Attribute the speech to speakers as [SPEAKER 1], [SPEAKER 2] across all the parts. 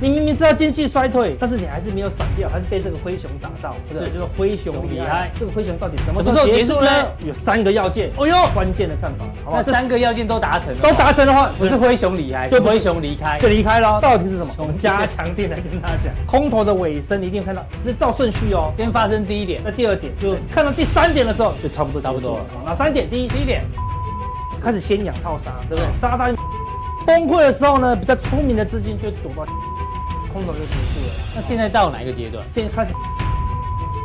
[SPEAKER 1] 你明明知道经济衰退，但是你还是没有散掉，还是被这个灰熊打到，
[SPEAKER 2] 是
[SPEAKER 1] 这就是灰熊厉
[SPEAKER 2] 厉
[SPEAKER 1] 害
[SPEAKER 2] 害。
[SPEAKER 1] 这个灰熊到底什么
[SPEAKER 2] 什么
[SPEAKER 1] 时
[SPEAKER 2] 时
[SPEAKER 1] 候
[SPEAKER 2] 候
[SPEAKER 1] 结
[SPEAKER 2] 结
[SPEAKER 1] 束
[SPEAKER 2] 束
[SPEAKER 1] 呢
[SPEAKER 2] 呢？
[SPEAKER 1] 有三个要件，
[SPEAKER 2] 哦哟，
[SPEAKER 1] 关键的看法，好不好？
[SPEAKER 2] 那三个要件都达成了，
[SPEAKER 1] 哎都达成的话，
[SPEAKER 2] 不是灰熊离开，
[SPEAKER 1] 对
[SPEAKER 2] 是
[SPEAKER 1] 不
[SPEAKER 2] 灰熊离开
[SPEAKER 1] 就。离开了。到底是什么？
[SPEAKER 2] 熊
[SPEAKER 1] 我们加强点来跟大家讲，空头的尾声你一定看到，这是照顺序哦。
[SPEAKER 2] 先发生第一点
[SPEAKER 1] 那，第二点就看到第三点的时候，就差不多结束
[SPEAKER 2] 差不多了
[SPEAKER 1] 好哪三点？第一，
[SPEAKER 2] 第一点
[SPEAKER 1] 开始先养套杀，对不对？
[SPEAKER 2] 嗯
[SPEAKER 1] 杀单崩溃的时候呢，比较聪明的资金就躲到空头就结束了。
[SPEAKER 2] 那现在到哪一个阶段？
[SPEAKER 1] 现在开始，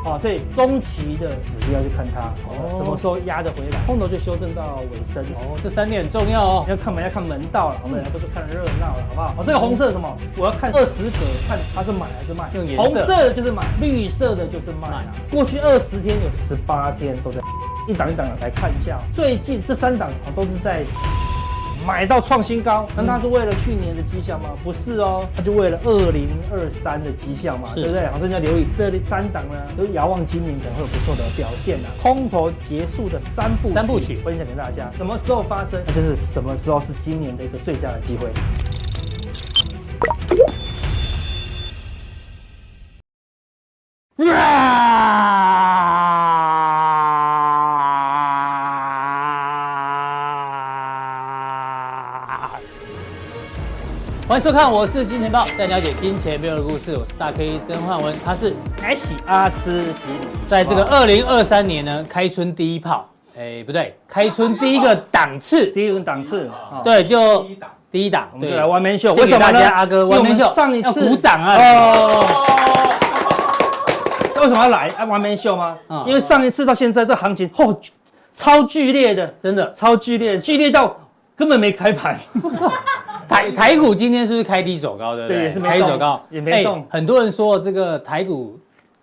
[SPEAKER 1] 好、所以中期的指标就看它、
[SPEAKER 2] 哦
[SPEAKER 1] 什么时候压得回来，空头就修正到尾声。
[SPEAKER 2] 哦，这三点很重要哦。
[SPEAKER 1] 要看门要看门道了，我们
[SPEAKER 2] 嗯
[SPEAKER 1] 来不是看热闹了，好不好？哦，这个红色是什么？我要看二十格，看它是买还是卖。
[SPEAKER 2] 用颜色
[SPEAKER 1] 红色的就是买，绿色的就是卖啊
[SPEAKER 2] 卖。
[SPEAKER 1] 过去二十天有十八天都在一档一档的来看一下哦，最近这三档哦都是在。买到创新高，那它是为了去年的绩效
[SPEAKER 2] 嗯
[SPEAKER 1] 吗？不是哦，它就为了二零二三的绩效嘛，
[SPEAKER 2] 是
[SPEAKER 1] 对不对？好，所以你要留意这三档呢，都遥望今年可能会有不错的表现啊。空头结束的三部
[SPEAKER 2] 三部曲
[SPEAKER 1] 分享给大家，什么时候发生，那就是什么时候是今年的一个最佳的机会。
[SPEAKER 2] 啊欢迎收看，我是金钱豹，带你了解金钱背后的故事。我是大 K 曾焕文，他是
[SPEAKER 1] H 阿斯匹林，
[SPEAKER 2] 在这个二零二三年呢开春第一炮，哎，不对，开春第一个档次，
[SPEAKER 1] 第一个档次，哦，
[SPEAKER 2] 对，就第一档，
[SPEAKER 1] 我们就
[SPEAKER 2] 对
[SPEAKER 1] 来完美秀，
[SPEAKER 2] 献给大
[SPEAKER 1] 呢
[SPEAKER 2] 家阿哥完美
[SPEAKER 1] 因为我
[SPEAKER 2] 秀，
[SPEAKER 1] 们上一
[SPEAKER 2] 要
[SPEAKER 1] 次
[SPEAKER 2] 鼓掌啊！
[SPEAKER 1] 哦。为什么要来？啊，完美秀吗？
[SPEAKER 2] 嗯
[SPEAKER 1] 因为上一次到现在这行情，哦，超剧烈的，
[SPEAKER 2] 真的，
[SPEAKER 1] 超剧烈的，剧烈到根本没开盘。
[SPEAKER 2] 台台股今天是不是开低走高，对不对？
[SPEAKER 1] 对也是没
[SPEAKER 2] 开低
[SPEAKER 1] 动
[SPEAKER 2] 走高，
[SPEAKER 1] 也没动
[SPEAKER 2] 哎很多人说这个台股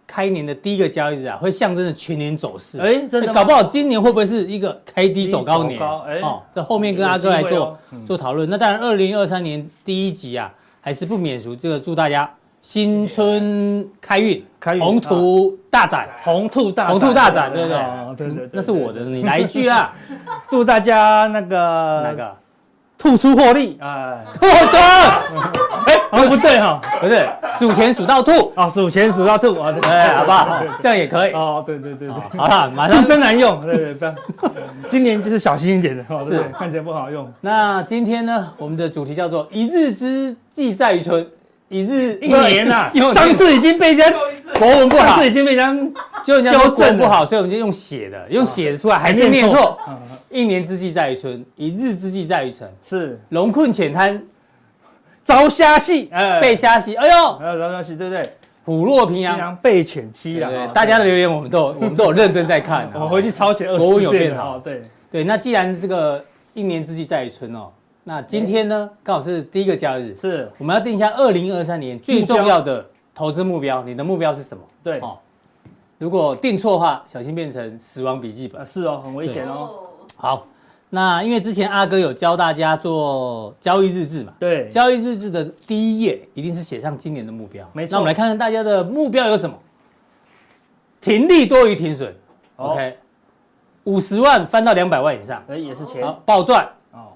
[SPEAKER 2] 开年的第一个交易日啊，会象征着全年走势。
[SPEAKER 1] 哎真的吗
[SPEAKER 2] 搞不好今年会不会是一个开低走高
[SPEAKER 1] 低
[SPEAKER 2] 年？
[SPEAKER 1] 走高哎
[SPEAKER 2] 哦，这后面跟阿哥来
[SPEAKER 1] 有机会哦
[SPEAKER 2] 做做讨论。那当然，二零二三年第一集啊，还是不免俗，这个祝大家新春开运，
[SPEAKER 1] 开运
[SPEAKER 2] 宏图大展。
[SPEAKER 1] 红兔大展，
[SPEAKER 2] 红兔大展，对不对嗯
[SPEAKER 1] 哦？对对对，
[SPEAKER 2] 那是我的，你来一句 啊，
[SPEAKER 1] 祝大家那个
[SPEAKER 2] 哪个？
[SPEAKER 1] 吐出获利， 哎，
[SPEAKER 2] 我的
[SPEAKER 1] 哎，好像不对哈，
[SPEAKER 2] 不是数钱数到吐，
[SPEAKER 1] 啊，数钱数到吐啊，对
[SPEAKER 2] 哎，好不好？这样也可以。
[SPEAKER 1] 哦，对对对对，
[SPEAKER 2] 好了，马
[SPEAKER 1] 是
[SPEAKER 2] 上
[SPEAKER 1] 真难用，对对对，今年就是小心一点的，哦对不对
[SPEAKER 2] 是
[SPEAKER 1] 看起来不好用，
[SPEAKER 2] 那今天呢，我们的主题叫做“一日之计在于春”，一啊日
[SPEAKER 1] 一年 呐
[SPEAKER 2] 因为，
[SPEAKER 1] 上次啊已经被人家，
[SPEAKER 2] 国文不
[SPEAKER 1] 上
[SPEAKER 2] 好
[SPEAKER 1] 次，已经被人家
[SPEAKER 2] 就人家说
[SPEAKER 1] 纠
[SPEAKER 2] 国
[SPEAKER 1] 正了啊
[SPEAKER 2] 文不好，所以我们就用写的，用写的出来还是念错。，一年之计在于春，一日之计在于晨。
[SPEAKER 1] 是
[SPEAKER 2] 龙困浅滩
[SPEAKER 1] 朝虾戏，哎，
[SPEAKER 2] 被虾戏，哎呦，
[SPEAKER 1] 还有朝虾戏，对不对？
[SPEAKER 2] 虎落平
[SPEAKER 1] 阴
[SPEAKER 2] 阳。
[SPEAKER 1] 阳被犬欺
[SPEAKER 2] 对
[SPEAKER 1] 了，
[SPEAKER 2] 对
[SPEAKER 1] 哦，
[SPEAKER 2] 大家的留言我们都有我们都有认真在看啊。
[SPEAKER 1] 我们回去抄写二
[SPEAKER 2] 国文
[SPEAKER 1] 十
[SPEAKER 2] 有
[SPEAKER 1] 遍
[SPEAKER 2] 变啊好
[SPEAKER 1] 哦对，
[SPEAKER 2] 对，那既然这个一年之计在于春哦，那今天呢刚好是第一个交易日，
[SPEAKER 1] 是
[SPEAKER 2] 我们要定一下二零二三年最重要的投资目标，你的目标是什么？
[SPEAKER 1] 对，
[SPEAKER 2] 哦，如果定错的话，小心变成死亡笔记本
[SPEAKER 1] 啊。是哦，很危险哦，
[SPEAKER 2] 好，那因为之前阿哥有教大家做交易日志嘛，
[SPEAKER 1] 对，
[SPEAKER 2] 交易日志的第一页一定是写上今年的目标。
[SPEAKER 1] 没错
[SPEAKER 2] 那我们来看看大家的目标有什么？停利多于停损、
[SPEAKER 1] 哦
[SPEAKER 2] o k 五十万翻到两百万以上，
[SPEAKER 1] 哎也是钱
[SPEAKER 2] 好暴赚。
[SPEAKER 1] 哦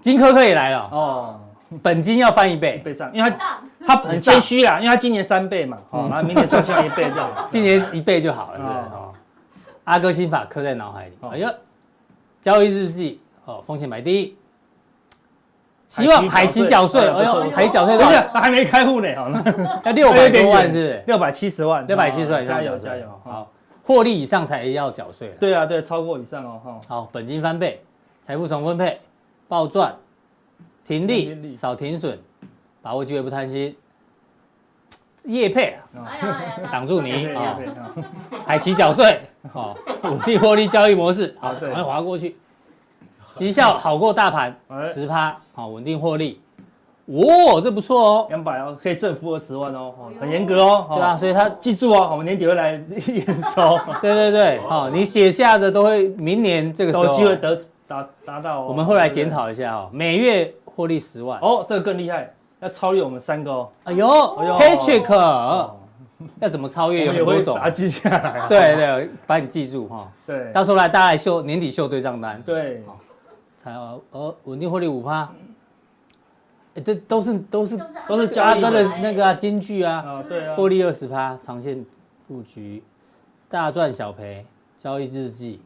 [SPEAKER 2] 金科科也来了，
[SPEAKER 1] 哦。
[SPEAKER 2] 本金要翻一倍，
[SPEAKER 1] 倍上，因为他啊
[SPEAKER 3] 上
[SPEAKER 1] 他很谦虚啦，因为他今年三倍嘛，好，然后明年赚下一倍这样。
[SPEAKER 2] 嗯 今年一倍就好了，是不是？
[SPEAKER 1] 哦
[SPEAKER 2] 哦阿哥心法刻在脑海里。
[SPEAKER 1] 哦
[SPEAKER 2] 哎呀，交易日记哦，风险买第一，希望海奇缴税。
[SPEAKER 1] 哎
[SPEAKER 2] 哎哎
[SPEAKER 1] 呦不
[SPEAKER 2] 呦，
[SPEAKER 1] 错
[SPEAKER 2] 海奇缴税
[SPEAKER 1] 不
[SPEAKER 2] 多
[SPEAKER 1] 是
[SPEAKER 2] 少？，
[SPEAKER 1] 他还没开户呢，好了，
[SPEAKER 2] 要六百多万，是不是？
[SPEAKER 1] 六百七十万，哦
[SPEAKER 2] 670万以上
[SPEAKER 1] 加油
[SPEAKER 2] 哦加
[SPEAKER 1] 加
[SPEAKER 2] 油
[SPEAKER 1] 油，好，
[SPEAKER 2] 获利以上才要缴税了。
[SPEAKER 1] 对啊，对，超过以上哦，哈，
[SPEAKER 2] 好，本金翻倍，财富重分配，暴赚，停
[SPEAKER 1] 停利
[SPEAKER 2] 利少停损，把握机会不贪心。业配啊
[SPEAKER 3] 哎呀哎呀
[SPEAKER 2] 挡住
[SPEAKER 1] 对
[SPEAKER 2] 你
[SPEAKER 1] 对
[SPEAKER 2] 啊！
[SPEAKER 1] 对啊
[SPEAKER 2] 海奇缴税，好，五 D 获利交易模式，好，
[SPEAKER 1] 啊对
[SPEAKER 2] 赶快划过去，绩效好过大盘
[SPEAKER 1] 哎
[SPEAKER 2] 十趴，好，稳定获利，哇，这不错哦，
[SPEAKER 1] 两百哦，可以正负二十万哦，哈很严格哦，哈
[SPEAKER 2] 对啊，，所以他，
[SPEAKER 1] 记住哦，我们年底会来验收，
[SPEAKER 2] 对对对，好，你写下的都会明年这个时
[SPEAKER 1] 都有机会
[SPEAKER 2] 候，
[SPEAKER 1] 得达达到哦。
[SPEAKER 2] 我们会来检
[SPEAKER 1] 对
[SPEAKER 2] 讨一下哦，每月获利十万
[SPEAKER 1] 不，对。哦，这个更厉害，要超越我们三个哦，
[SPEAKER 2] 哎呦
[SPEAKER 1] 呦哦
[SPEAKER 2] ，Patrick，要 怎么超越
[SPEAKER 1] 我们
[SPEAKER 2] 有
[SPEAKER 1] 也
[SPEAKER 2] 很多
[SPEAKER 1] 会啊
[SPEAKER 2] 种
[SPEAKER 1] 把，它记下来。
[SPEAKER 2] 对对，把你记住哈，
[SPEAKER 1] 对
[SPEAKER 2] 到时候来大家来秀年底秀对账单，
[SPEAKER 1] 对，
[SPEAKER 2] 才呃稳定获利五趴，诶这都是都是
[SPEAKER 1] 都是交
[SPEAKER 2] 阿
[SPEAKER 1] 易
[SPEAKER 2] 哥
[SPEAKER 1] 嘛
[SPEAKER 2] 的那个啊，金句啊，
[SPEAKER 1] 啊，对啊，
[SPEAKER 2] 获利二十趴，长线布局，大赚小赔，交易日记，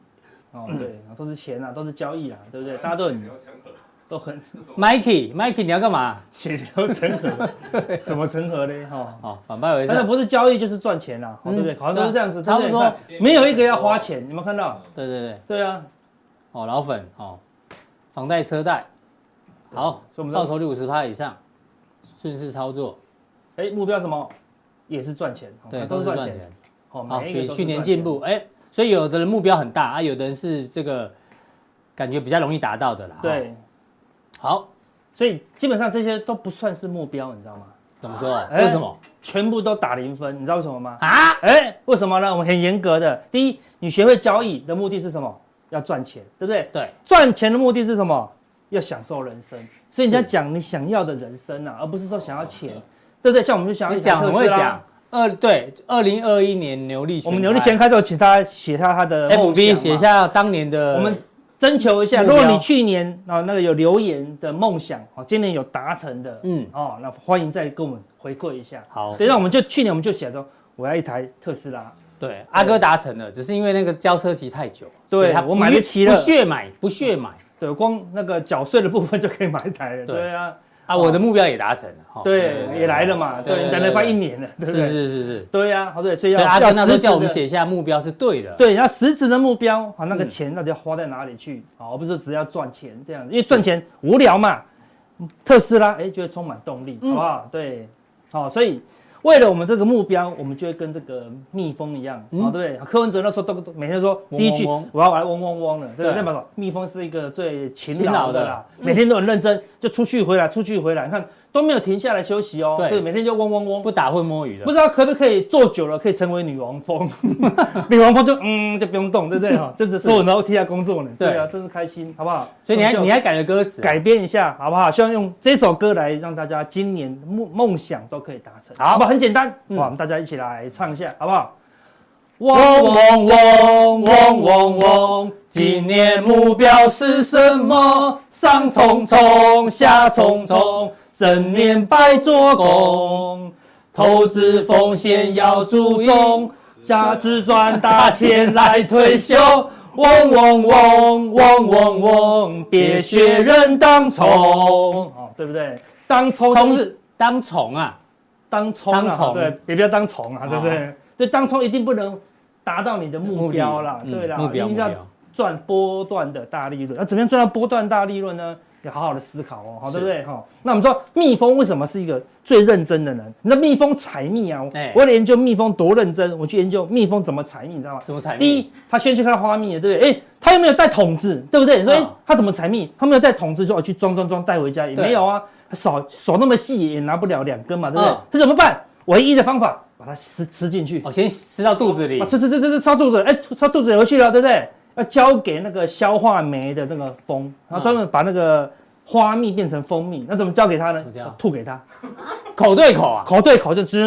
[SPEAKER 1] 哦对，都是钱啊，都是交易啊，对不对？大家都很都很
[SPEAKER 2] Mikey，Mikey 你要干嘛？
[SPEAKER 1] 血流成河，对，怎么成河呢？哈，
[SPEAKER 2] 哦，反败为
[SPEAKER 1] 但是
[SPEAKER 2] 胜。
[SPEAKER 1] 不是交易就是赚钱啦，哦对不对？
[SPEAKER 2] 嗯
[SPEAKER 1] 好像都是这样子，
[SPEAKER 2] 对啊
[SPEAKER 1] 对不对
[SPEAKER 2] 差不多
[SPEAKER 1] 你看没有一个要花钱，你有没有看到？
[SPEAKER 2] 对对对，
[SPEAKER 1] 对啊，
[SPEAKER 2] 哦，老粉哦，房贷车贷，好
[SPEAKER 1] 所以我，们
[SPEAKER 2] 报酬率五十趴以上，顺势操作，
[SPEAKER 1] 哎，目标什么？也是赚钱，哦
[SPEAKER 2] 对，
[SPEAKER 1] 都
[SPEAKER 2] 都
[SPEAKER 1] 是
[SPEAKER 2] 是
[SPEAKER 1] 赚
[SPEAKER 2] 赚
[SPEAKER 1] 钱，
[SPEAKER 2] 钱。
[SPEAKER 1] 好
[SPEAKER 2] 好，比去年进。步，
[SPEAKER 1] 每一个都是赚钱
[SPEAKER 2] 哎，所以有的人目标很大啊，有的人是这个感觉比较容易达到的啦。哦，
[SPEAKER 1] 对，
[SPEAKER 2] 好，
[SPEAKER 1] 所以基本上这些都不算是目标，你知道吗？
[SPEAKER 2] 怎么说？
[SPEAKER 1] 哎
[SPEAKER 2] 为什么
[SPEAKER 1] 全部都打零分，你知道为什么吗？
[SPEAKER 2] 啊？
[SPEAKER 1] 哎，为什么呢？我们很严格的，第一，你学会交易的目的是什么？要赚钱，对不对？
[SPEAKER 2] 对，
[SPEAKER 1] 赚钱的目的是什么？要享受人生，所以你
[SPEAKER 2] 是哦
[SPEAKER 1] 要讲你想要的人生啊，而不是说想要钱，对不对？像我们就想要
[SPEAKER 2] 你讲
[SPEAKER 1] 特
[SPEAKER 2] 很
[SPEAKER 1] 斯拉
[SPEAKER 2] 会讲。二对，二零二一年牛力全
[SPEAKER 1] 我
[SPEAKER 2] 开，
[SPEAKER 1] 们牛力全开之后，请他写下他的梦想
[SPEAKER 2] FB
[SPEAKER 1] 嘛
[SPEAKER 2] 写，下当年的
[SPEAKER 1] 我们征求一下。
[SPEAKER 2] 目
[SPEAKER 1] 如
[SPEAKER 2] 标
[SPEAKER 1] 果你去年啊那个有留言的梦想，哦，今年有达成的，
[SPEAKER 2] 嗯
[SPEAKER 1] 嗯，哦，那欢迎再跟我们回馈一下。
[SPEAKER 2] 好
[SPEAKER 1] 所以那我们就去年我们就写说，我要一台特斯拉，
[SPEAKER 2] 对，阿哥达成了，只是因为那个交车期太久，
[SPEAKER 1] 对
[SPEAKER 2] 所以他
[SPEAKER 1] 我买得起了
[SPEAKER 2] 不屑买，不屑买
[SPEAKER 1] 对，光那个缴税的部分就可以买一台了，
[SPEAKER 2] 对
[SPEAKER 1] 对啊，
[SPEAKER 2] 啊！我的目标也达成了，哈
[SPEAKER 1] 对，也来了嘛，
[SPEAKER 2] 对
[SPEAKER 1] 对，
[SPEAKER 2] 对
[SPEAKER 1] 你等了快一年了，对
[SPEAKER 2] 是
[SPEAKER 1] 不对？
[SPEAKER 2] 是是是，
[SPEAKER 1] 对呀，好对，所以
[SPEAKER 2] 所
[SPEAKER 1] 要
[SPEAKER 2] 以阿哥那时候
[SPEAKER 1] 实质
[SPEAKER 2] 叫我们
[SPEAKER 1] 的
[SPEAKER 2] 写下目标是对的，
[SPEAKER 1] 对，要实质的目标啊，那个
[SPEAKER 2] 嗯
[SPEAKER 1] 钱到底要花在哪里去啊？而不是只要赚钱这样子，因为赚钱无聊嘛。特斯拉哎，就会充满动力，好不好？对，好，所以为了我们这个目标，我们就会跟这个蜜蜂一样，
[SPEAKER 2] 嗯
[SPEAKER 1] 啊，对不对？柯文哲那时候都都每天说
[SPEAKER 2] 嗡
[SPEAKER 1] 第一句
[SPEAKER 2] 嗡嗡
[SPEAKER 1] 我要来嗡嗡嗡了，对不
[SPEAKER 2] 对
[SPEAKER 1] 对？代表什么蜜蜂是一个最勤
[SPEAKER 2] 勤劳
[SPEAKER 1] 劳
[SPEAKER 2] 的
[SPEAKER 1] 的啦，每天都很认真，就出去回来，出去回来，你看都没有停下来休息哦，
[SPEAKER 2] 对
[SPEAKER 1] 对，每天就嗡嗡嗡。
[SPEAKER 2] 不打混摸鱼
[SPEAKER 1] 不
[SPEAKER 2] 的，
[SPEAKER 1] 知道可不可以做久了可以成为女王 蜂， 女王蜂就嗯就不用动，对不对哈？就只是我能够替她工作呢。
[SPEAKER 2] 对
[SPEAKER 1] 对啊，真是开心，好不好？
[SPEAKER 2] 所以你还
[SPEAKER 1] 就
[SPEAKER 2] 你还改了歌词，
[SPEAKER 1] 改编一下，好不好？希望用这首歌来让大家今年梦梦想都可以达成，
[SPEAKER 2] 好
[SPEAKER 1] 好不好？很简单，
[SPEAKER 2] 嗯
[SPEAKER 1] 哇，我们大家一起来唱一下，好不好？
[SPEAKER 2] 嗡嗡嗡嗡嗡嗡，今年目标是什么？上匆匆，下匆匆，整年白做工，
[SPEAKER 1] 工
[SPEAKER 2] 投资风险要注重。，
[SPEAKER 1] 价值赚
[SPEAKER 2] 大
[SPEAKER 1] 大
[SPEAKER 2] 钱
[SPEAKER 1] 钱
[SPEAKER 2] 来
[SPEAKER 1] 来
[SPEAKER 2] 退
[SPEAKER 1] 退
[SPEAKER 2] 休
[SPEAKER 1] 休。，
[SPEAKER 2] 嗡嗡嗡嗡嗡嗡，别学人当虫。
[SPEAKER 1] 哦，对不对？哦当冲
[SPEAKER 2] 虫是当虫啊，
[SPEAKER 1] 当冲啊，
[SPEAKER 2] 当哦冲
[SPEAKER 1] 对，也不要当虫啊，对不对？对，当冲一定不能达到你的目标啦，
[SPEAKER 2] 目的
[SPEAKER 1] 对啦，
[SPEAKER 2] 嗯目标
[SPEAKER 1] 一定要
[SPEAKER 2] 目标
[SPEAKER 1] 赚波段的大利润。那怎么样赚到波段大利润呢？要好好的思考哦，好，
[SPEAKER 2] 是
[SPEAKER 1] 对不对？哈，那我们说蜜蜂为什么是一个最认真的人？你知道蜜蜂采蜜啊
[SPEAKER 2] 哎，
[SPEAKER 1] 我为了研究蜜蜂多认真，我去研究蜜蜂怎么采蜜，你知道吗？
[SPEAKER 2] 怎么采蜜？
[SPEAKER 1] 第一，他先去看到花蜜了，对不对？哎、他又没有带桶子，对不对？所以、
[SPEAKER 2] 嗯
[SPEAKER 1] 他怎么采蜜？他没有带桶子，说哦去装装装带回家也
[SPEAKER 2] 对
[SPEAKER 1] 没有啊，手手那么细也拿不了两根嘛，对不对？
[SPEAKER 2] 嗯
[SPEAKER 1] 他怎么办？唯一的方法，把它吃吃进去，
[SPEAKER 2] 哦，先吃到肚子里
[SPEAKER 1] 啊，。吃吃吃吃吃烧肚子，哎、烧肚子也回去了，对不对？要交给那个消化酶的那个蜂，然后专门把那个花蜜变成蜂蜜，那怎么交给他呢
[SPEAKER 2] 怎么交？
[SPEAKER 1] 吐给他。
[SPEAKER 2] 口对口啊，
[SPEAKER 1] 口对口就吃，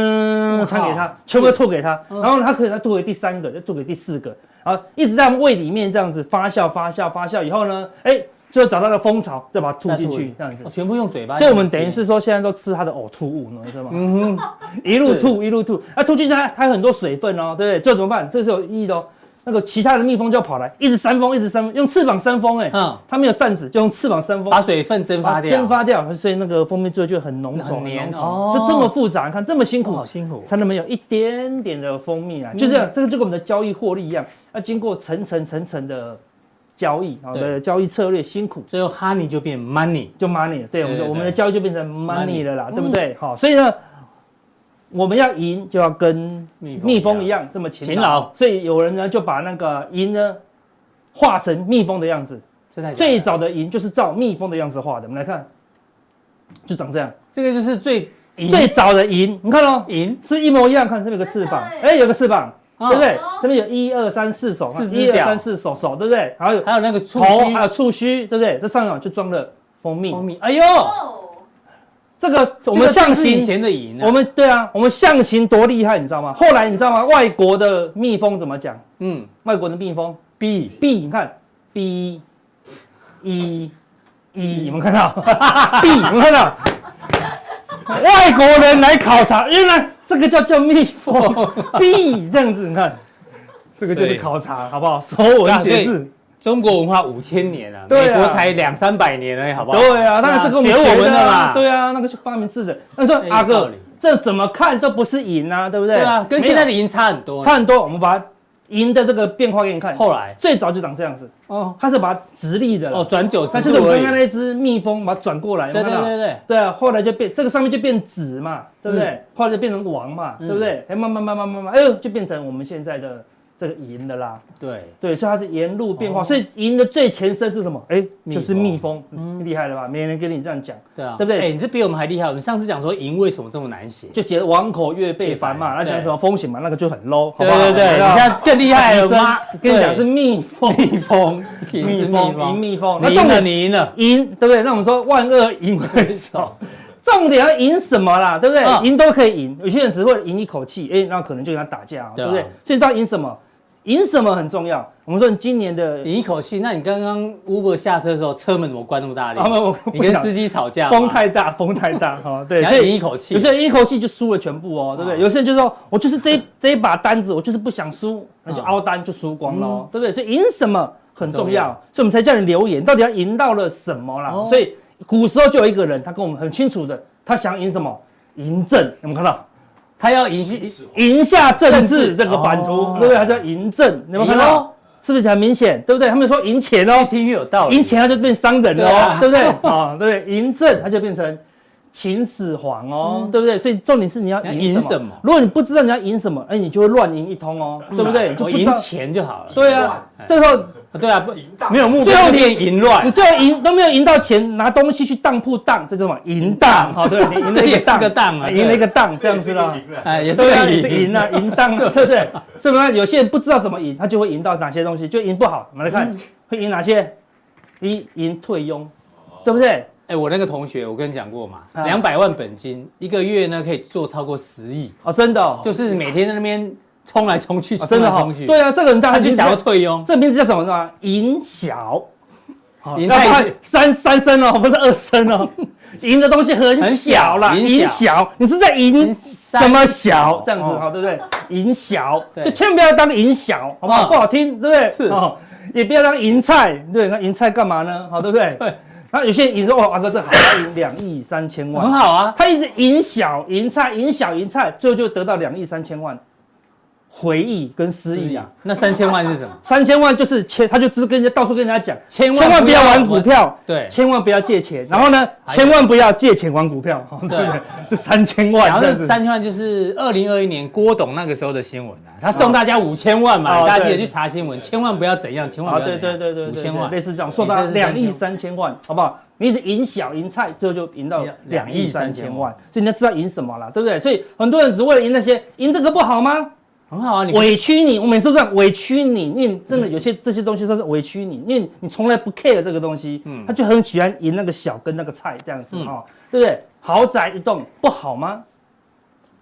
[SPEAKER 1] 餐给
[SPEAKER 2] 是
[SPEAKER 1] 他，全部都吐给他，然后他可以再吐给第三个，再吐给第四个，然后一直在胃里面这样子发酵、发酵、发酵以后呢，哎，最后找到了蜂巢，再把它吐进去，这样子
[SPEAKER 2] 哦。全嗯部用嘴巴。
[SPEAKER 1] 所以我们等于是说，现在都吃它的呕吐物，你知道吗？ 一路吐一路吐，那吐进去它它有很多水分哦，对不对？这怎么办？这是有意义的哦。那个其他的蜜蜂就要跑来，一直扇风，一直扇风，用翅膀扇风，哎
[SPEAKER 2] 嗯，
[SPEAKER 1] 它没有扇子，就用翅膀扇风，
[SPEAKER 2] 把水分蒸发掉，
[SPEAKER 1] 蒸发掉，所以那个蜂蜜最后就很浓稠，
[SPEAKER 2] 很黏
[SPEAKER 1] 浓稠
[SPEAKER 2] 哦
[SPEAKER 1] 就这么复杂，你看这么辛
[SPEAKER 2] 哦
[SPEAKER 1] 苦
[SPEAKER 2] 好，辛苦。嗯
[SPEAKER 1] 才能没有一点点的蜂蜜啊，就这样，这个就跟我们的交易获利一样，要经过层层层层的交易啊
[SPEAKER 2] 对
[SPEAKER 1] 的交易策略，辛苦
[SPEAKER 2] 最后哈尼就变 money，
[SPEAKER 1] 就 money，了对，我们
[SPEAKER 2] 对
[SPEAKER 1] 的
[SPEAKER 2] 对
[SPEAKER 1] 我们的交易就变成
[SPEAKER 2] money
[SPEAKER 1] money 了啦，
[SPEAKER 2] 嗯
[SPEAKER 1] 对不对？好，所以呢，我们要赢就要跟
[SPEAKER 2] 蜜
[SPEAKER 1] 蜜蜂一。样这么勤
[SPEAKER 2] 勤劳
[SPEAKER 1] 劳，所以有人呢就把那个赢呢画成蜜蜂的样子，
[SPEAKER 2] 这太
[SPEAKER 1] 最
[SPEAKER 2] 最
[SPEAKER 1] 早的赢就是照蜜蜂的样子画的，我们来看，就长这样，
[SPEAKER 2] 这个就是最赢
[SPEAKER 1] 最早的赢，你看哦，
[SPEAKER 2] 赢，
[SPEAKER 1] 是一模一样，看这边有个翅膀，
[SPEAKER 3] 真的耶
[SPEAKER 1] 哎，有个翅膀。
[SPEAKER 2] 啊
[SPEAKER 1] 对不对
[SPEAKER 3] 哦？
[SPEAKER 1] 这边有一二三四手，
[SPEAKER 2] 四只
[SPEAKER 1] 一
[SPEAKER 2] 脚
[SPEAKER 1] 二三四手手，对不对？还有
[SPEAKER 2] 还有那个触
[SPEAKER 1] 头，啊还有
[SPEAKER 2] 须
[SPEAKER 1] 触须，对不对？这上面就装了蜂蜜。
[SPEAKER 2] 蜂蜜，哎呦，
[SPEAKER 3] 哦，
[SPEAKER 1] 这个我
[SPEAKER 2] 这
[SPEAKER 1] 们
[SPEAKER 2] 个
[SPEAKER 1] 象
[SPEAKER 2] 就是以
[SPEAKER 1] 形，
[SPEAKER 2] 前的赢啊，
[SPEAKER 1] 我们对啊，我们象形多厉害，你知道吗？后来你知道吗？外国的蜜蜂怎么讲？
[SPEAKER 2] 嗯
[SPEAKER 1] 外国的蜜蜂
[SPEAKER 2] ，B
[SPEAKER 1] B，你看 E， B 一一，你们看到 B，你们看到外国人来考察，原来这个叫叫蜜 蜂 bee 这样子，你看，这个就是
[SPEAKER 2] 所以
[SPEAKER 1] 考察，好不好？首文解
[SPEAKER 2] 所
[SPEAKER 1] 字，
[SPEAKER 2] 中国文化五千年啊，
[SPEAKER 1] 对
[SPEAKER 2] 美
[SPEAKER 1] 啊
[SPEAKER 2] 国才两三百年而已，好不好？
[SPEAKER 1] 对啊，当然是跟我们
[SPEAKER 2] 学我
[SPEAKER 1] 的
[SPEAKER 2] 们的嘛。
[SPEAKER 1] 对啊，那个是发明字的。那说
[SPEAKER 2] 哎有
[SPEAKER 1] 阿
[SPEAKER 2] 道
[SPEAKER 1] 哥
[SPEAKER 2] 理，
[SPEAKER 1] 这怎么看都不是赢啊，对不对？
[SPEAKER 2] 对啊，跟
[SPEAKER 1] 没有
[SPEAKER 2] 现在的银差很多。
[SPEAKER 1] 差很多。我们把赢的这个变化给你看，
[SPEAKER 2] 哦后来
[SPEAKER 1] 最早就长这样子，
[SPEAKER 2] 哦
[SPEAKER 1] 它是把它直立的啦
[SPEAKER 2] 哦，转九
[SPEAKER 1] 那
[SPEAKER 2] 十
[SPEAKER 1] 就是我
[SPEAKER 2] 度
[SPEAKER 1] 们
[SPEAKER 2] 而
[SPEAKER 1] 刚
[SPEAKER 2] 已
[SPEAKER 1] 刚。那只蜜蜂把它转过来，有没
[SPEAKER 2] 对
[SPEAKER 1] 有
[SPEAKER 2] 对
[SPEAKER 1] 看到
[SPEAKER 2] 对对，
[SPEAKER 1] 对啊，后来就变这个上面就变子嘛，对不对？
[SPEAKER 2] 嗯
[SPEAKER 1] 后来就变成王嘛，
[SPEAKER 2] 嗯
[SPEAKER 1] 对不对？哎，慢慢慢慢慢慢，哎呦，就变成我们现在的这个银的啦。
[SPEAKER 2] 对，
[SPEAKER 1] 对，所以它是沿路变化，
[SPEAKER 2] 哦
[SPEAKER 1] 所以银的最前身是什么？哎，就是蜜
[SPEAKER 2] 蜜
[SPEAKER 1] 蜂，嗯厉害了吧？没人跟你这样讲，
[SPEAKER 2] 对啊，
[SPEAKER 1] 对不对
[SPEAKER 2] 哎，你这比我们还厉害。我们上次讲说银为什么这么难写？
[SPEAKER 1] 就写王口月被凡嘛，
[SPEAKER 2] 对
[SPEAKER 1] 那讲什么风险嘛，那个就很 low，好不
[SPEAKER 2] 对
[SPEAKER 1] 好？
[SPEAKER 2] 对对，
[SPEAKER 1] 啊
[SPEAKER 2] 你现在更厉害了吗？
[SPEAKER 1] 跟你讲是
[SPEAKER 2] 对
[SPEAKER 1] 蜜蜂，
[SPEAKER 2] 蜜蜂，银 是
[SPEAKER 1] 蜜
[SPEAKER 2] 蜜
[SPEAKER 1] 蜂，银
[SPEAKER 2] 蜂，
[SPEAKER 1] 蜜蜂，
[SPEAKER 2] 你
[SPEAKER 1] 重
[SPEAKER 2] 赢了，
[SPEAKER 1] 点
[SPEAKER 2] 你赢了。
[SPEAKER 1] 赢，对不对？那我们说万恶淫为首， 重点要赢什么啦，对不对？
[SPEAKER 2] 嗯
[SPEAKER 1] 赢、都可以赢，有些人只会赢一口气，哎、那可能就跟他打架、啊，对
[SPEAKER 2] 对啊
[SPEAKER 1] 不对？所以到底赢什么？赢什么很重要。我们说你今年的
[SPEAKER 2] 你一口气，那你刚刚 Uber 下车的时候，车门怎么关那么大力？
[SPEAKER 1] 啊没有我
[SPEAKER 2] 你
[SPEAKER 1] 不
[SPEAKER 2] 跟
[SPEAKER 1] 想
[SPEAKER 2] 司机吵架吗，
[SPEAKER 1] 风太大，风太大哈、对，
[SPEAKER 2] 啊 你
[SPEAKER 1] 所
[SPEAKER 2] 还
[SPEAKER 1] 以
[SPEAKER 2] 赢一口气
[SPEAKER 1] 有，些人一口气就输了全部哦，对不对？
[SPEAKER 2] 啊
[SPEAKER 1] 有些人就说我就是 这一这一把单子，我就是不想输，那就
[SPEAKER 2] 嗯
[SPEAKER 1] 凹单就输光了、哦对不对？所以赢什么很重
[SPEAKER 2] 很重
[SPEAKER 1] 要
[SPEAKER 2] 要，
[SPEAKER 1] 所以我们才叫你留言，到底要赢到了什么啦？
[SPEAKER 2] 哦
[SPEAKER 1] 所以古时候就有一个人，他跟我们很清楚的，他想赢什么？赢政，有没有看到？
[SPEAKER 2] 他要赢一
[SPEAKER 1] 赢下政
[SPEAKER 2] 政
[SPEAKER 1] 治
[SPEAKER 2] 治
[SPEAKER 1] 这个版图
[SPEAKER 2] 哦，
[SPEAKER 1] 对不对？它叫赢政，你有没有看
[SPEAKER 2] 哎
[SPEAKER 1] 到
[SPEAKER 2] 呦？
[SPEAKER 1] 是不是很明显？对不对？他们说赢钱
[SPEAKER 2] 越
[SPEAKER 1] 哦，
[SPEAKER 2] 听越有道理。
[SPEAKER 1] 赢钱他就变商人了
[SPEAKER 2] 对
[SPEAKER 1] 哦
[SPEAKER 2] 啊，
[SPEAKER 1] 对不对？啊，对不对？赢政他就变成秦始皇哦，对不对？所以重点是你要
[SPEAKER 2] 嗯你要
[SPEAKER 1] 赢
[SPEAKER 2] 赢
[SPEAKER 1] 什
[SPEAKER 2] 什
[SPEAKER 1] 么
[SPEAKER 2] 么？嗯
[SPEAKER 1] 如果你不知道你要赢什么，哎，你就会乱赢一通哦，对不对？你就
[SPEAKER 2] 我
[SPEAKER 1] 不知
[SPEAKER 2] 赢
[SPEAKER 1] 道。
[SPEAKER 2] 钱就好了。
[SPEAKER 1] 对啊，这时候
[SPEAKER 2] 对啊，不
[SPEAKER 3] 淫荡
[SPEAKER 2] 没有目
[SPEAKER 1] 最后
[SPEAKER 2] 标就
[SPEAKER 1] 你
[SPEAKER 2] 变淫
[SPEAKER 1] 你
[SPEAKER 2] 乱，
[SPEAKER 1] 最后赢都没有赢到钱，拿东西去当铺当，这叫什么？赢当，好，对，你赢了
[SPEAKER 2] 嗯这
[SPEAKER 1] 一个
[SPEAKER 2] 也是
[SPEAKER 1] 当，哎
[SPEAKER 2] 个当啊，
[SPEAKER 1] 赢了一
[SPEAKER 2] 对
[SPEAKER 1] 个当，这样子啦。
[SPEAKER 2] 哎，也是
[SPEAKER 1] 对啊，
[SPEAKER 2] 个
[SPEAKER 1] 也是
[SPEAKER 2] 赢
[SPEAKER 1] 赢啊，赢当啊，对不对？是不是？有些人不知道怎么赢，他就会赢到哪些东西，就赢不好。我们来看，
[SPEAKER 2] 嗯
[SPEAKER 1] 会赢哪些？一赢退佣，对不对？
[SPEAKER 2] 哎，我那个同学，我跟你讲过嘛，
[SPEAKER 1] 啊
[SPEAKER 2] 两百万本金一个月呢可以做超过十亿，
[SPEAKER 1] 哦，真的哦，
[SPEAKER 2] 就是每天在那边冲来冲去，
[SPEAKER 1] 哦
[SPEAKER 2] 冲
[SPEAKER 1] 真的
[SPEAKER 2] 来
[SPEAKER 1] 哦
[SPEAKER 2] 冲，去，
[SPEAKER 1] 对啊，这个人大
[SPEAKER 2] 他
[SPEAKER 1] 家
[SPEAKER 2] 就
[SPEAKER 1] 名字
[SPEAKER 2] 想要
[SPEAKER 1] 叫，
[SPEAKER 2] 退佣，
[SPEAKER 1] 这名字叫什么呢？赢小，好
[SPEAKER 2] 赢
[SPEAKER 1] 哦那
[SPEAKER 2] 太
[SPEAKER 1] 看三三声哦，不是二声 哦，赢的东西很小啦，
[SPEAKER 2] 很小
[SPEAKER 1] 赢
[SPEAKER 2] 赢小
[SPEAKER 1] 小，你是在赢
[SPEAKER 2] 赢三
[SPEAKER 1] 什么小这样子
[SPEAKER 2] 哦
[SPEAKER 1] 哈，对不对？赢小，
[SPEAKER 2] 对
[SPEAKER 1] 就千万不要当赢小，好不好？
[SPEAKER 2] 嗯
[SPEAKER 1] 不好听，对不对？
[SPEAKER 2] 是
[SPEAKER 1] 哦，也不要当赢菜，对，那赢菜干嘛呢？好，对不对？
[SPEAKER 2] 对。
[SPEAKER 1] 然后有些人赢说哦，阿哥这好，他赢两亿三千
[SPEAKER 2] 很
[SPEAKER 1] 万，
[SPEAKER 2] 好啊，
[SPEAKER 1] 他一直赢小赢菜赢小赢菜，最后就得到两亿三千万，回忆跟失忆啊。，
[SPEAKER 2] 那三千万是什么？
[SPEAKER 1] 三千万就是钱，他就只跟人家到处跟人家讲，
[SPEAKER 2] 千万
[SPEAKER 1] 千万不要玩股票，
[SPEAKER 2] 对，
[SPEAKER 1] 千万不要借钱，然后呢，
[SPEAKER 2] 还有
[SPEAKER 1] 千万不要借钱玩股票，好对不对
[SPEAKER 2] 对？
[SPEAKER 1] 这 三千万，
[SPEAKER 2] 然后
[SPEAKER 1] 这
[SPEAKER 2] 这
[SPEAKER 1] 样子
[SPEAKER 2] 三千万就是二零二一年郭董那个时候的新闻啊，他送大家五千万嘛，
[SPEAKER 1] 哦
[SPEAKER 2] 大家记得
[SPEAKER 1] 对
[SPEAKER 2] 去查新闻，千万不要怎样，千万
[SPEAKER 1] 啊，
[SPEAKER 2] 不要怎
[SPEAKER 1] 对
[SPEAKER 2] 样，
[SPEAKER 1] 对对对，
[SPEAKER 2] 五
[SPEAKER 1] 对
[SPEAKER 2] 千
[SPEAKER 1] 对
[SPEAKER 2] 万哎
[SPEAKER 1] 类似这样，说到
[SPEAKER 2] 你这是
[SPEAKER 1] 两亿
[SPEAKER 2] 3000
[SPEAKER 1] 三千万，好不好？你一直赢小赢菜，最后就赢到
[SPEAKER 2] 两
[SPEAKER 1] 两亿三千
[SPEAKER 2] 两亿3000
[SPEAKER 1] 万
[SPEAKER 2] 万，
[SPEAKER 1] 所以你要知道赢什么了，对不对？所以很多人只为了赢那些，赢这个不好吗？
[SPEAKER 2] 很好啊，你
[SPEAKER 1] 委屈你，我每次都这样委屈你，因为真的有些这些东西都是委屈你，因为你从来不 care 这个东西，他就很喜欢赢那个小跟那个菜这样子
[SPEAKER 2] 嗯
[SPEAKER 1] 哦，对不对？豪宅一栋不好吗？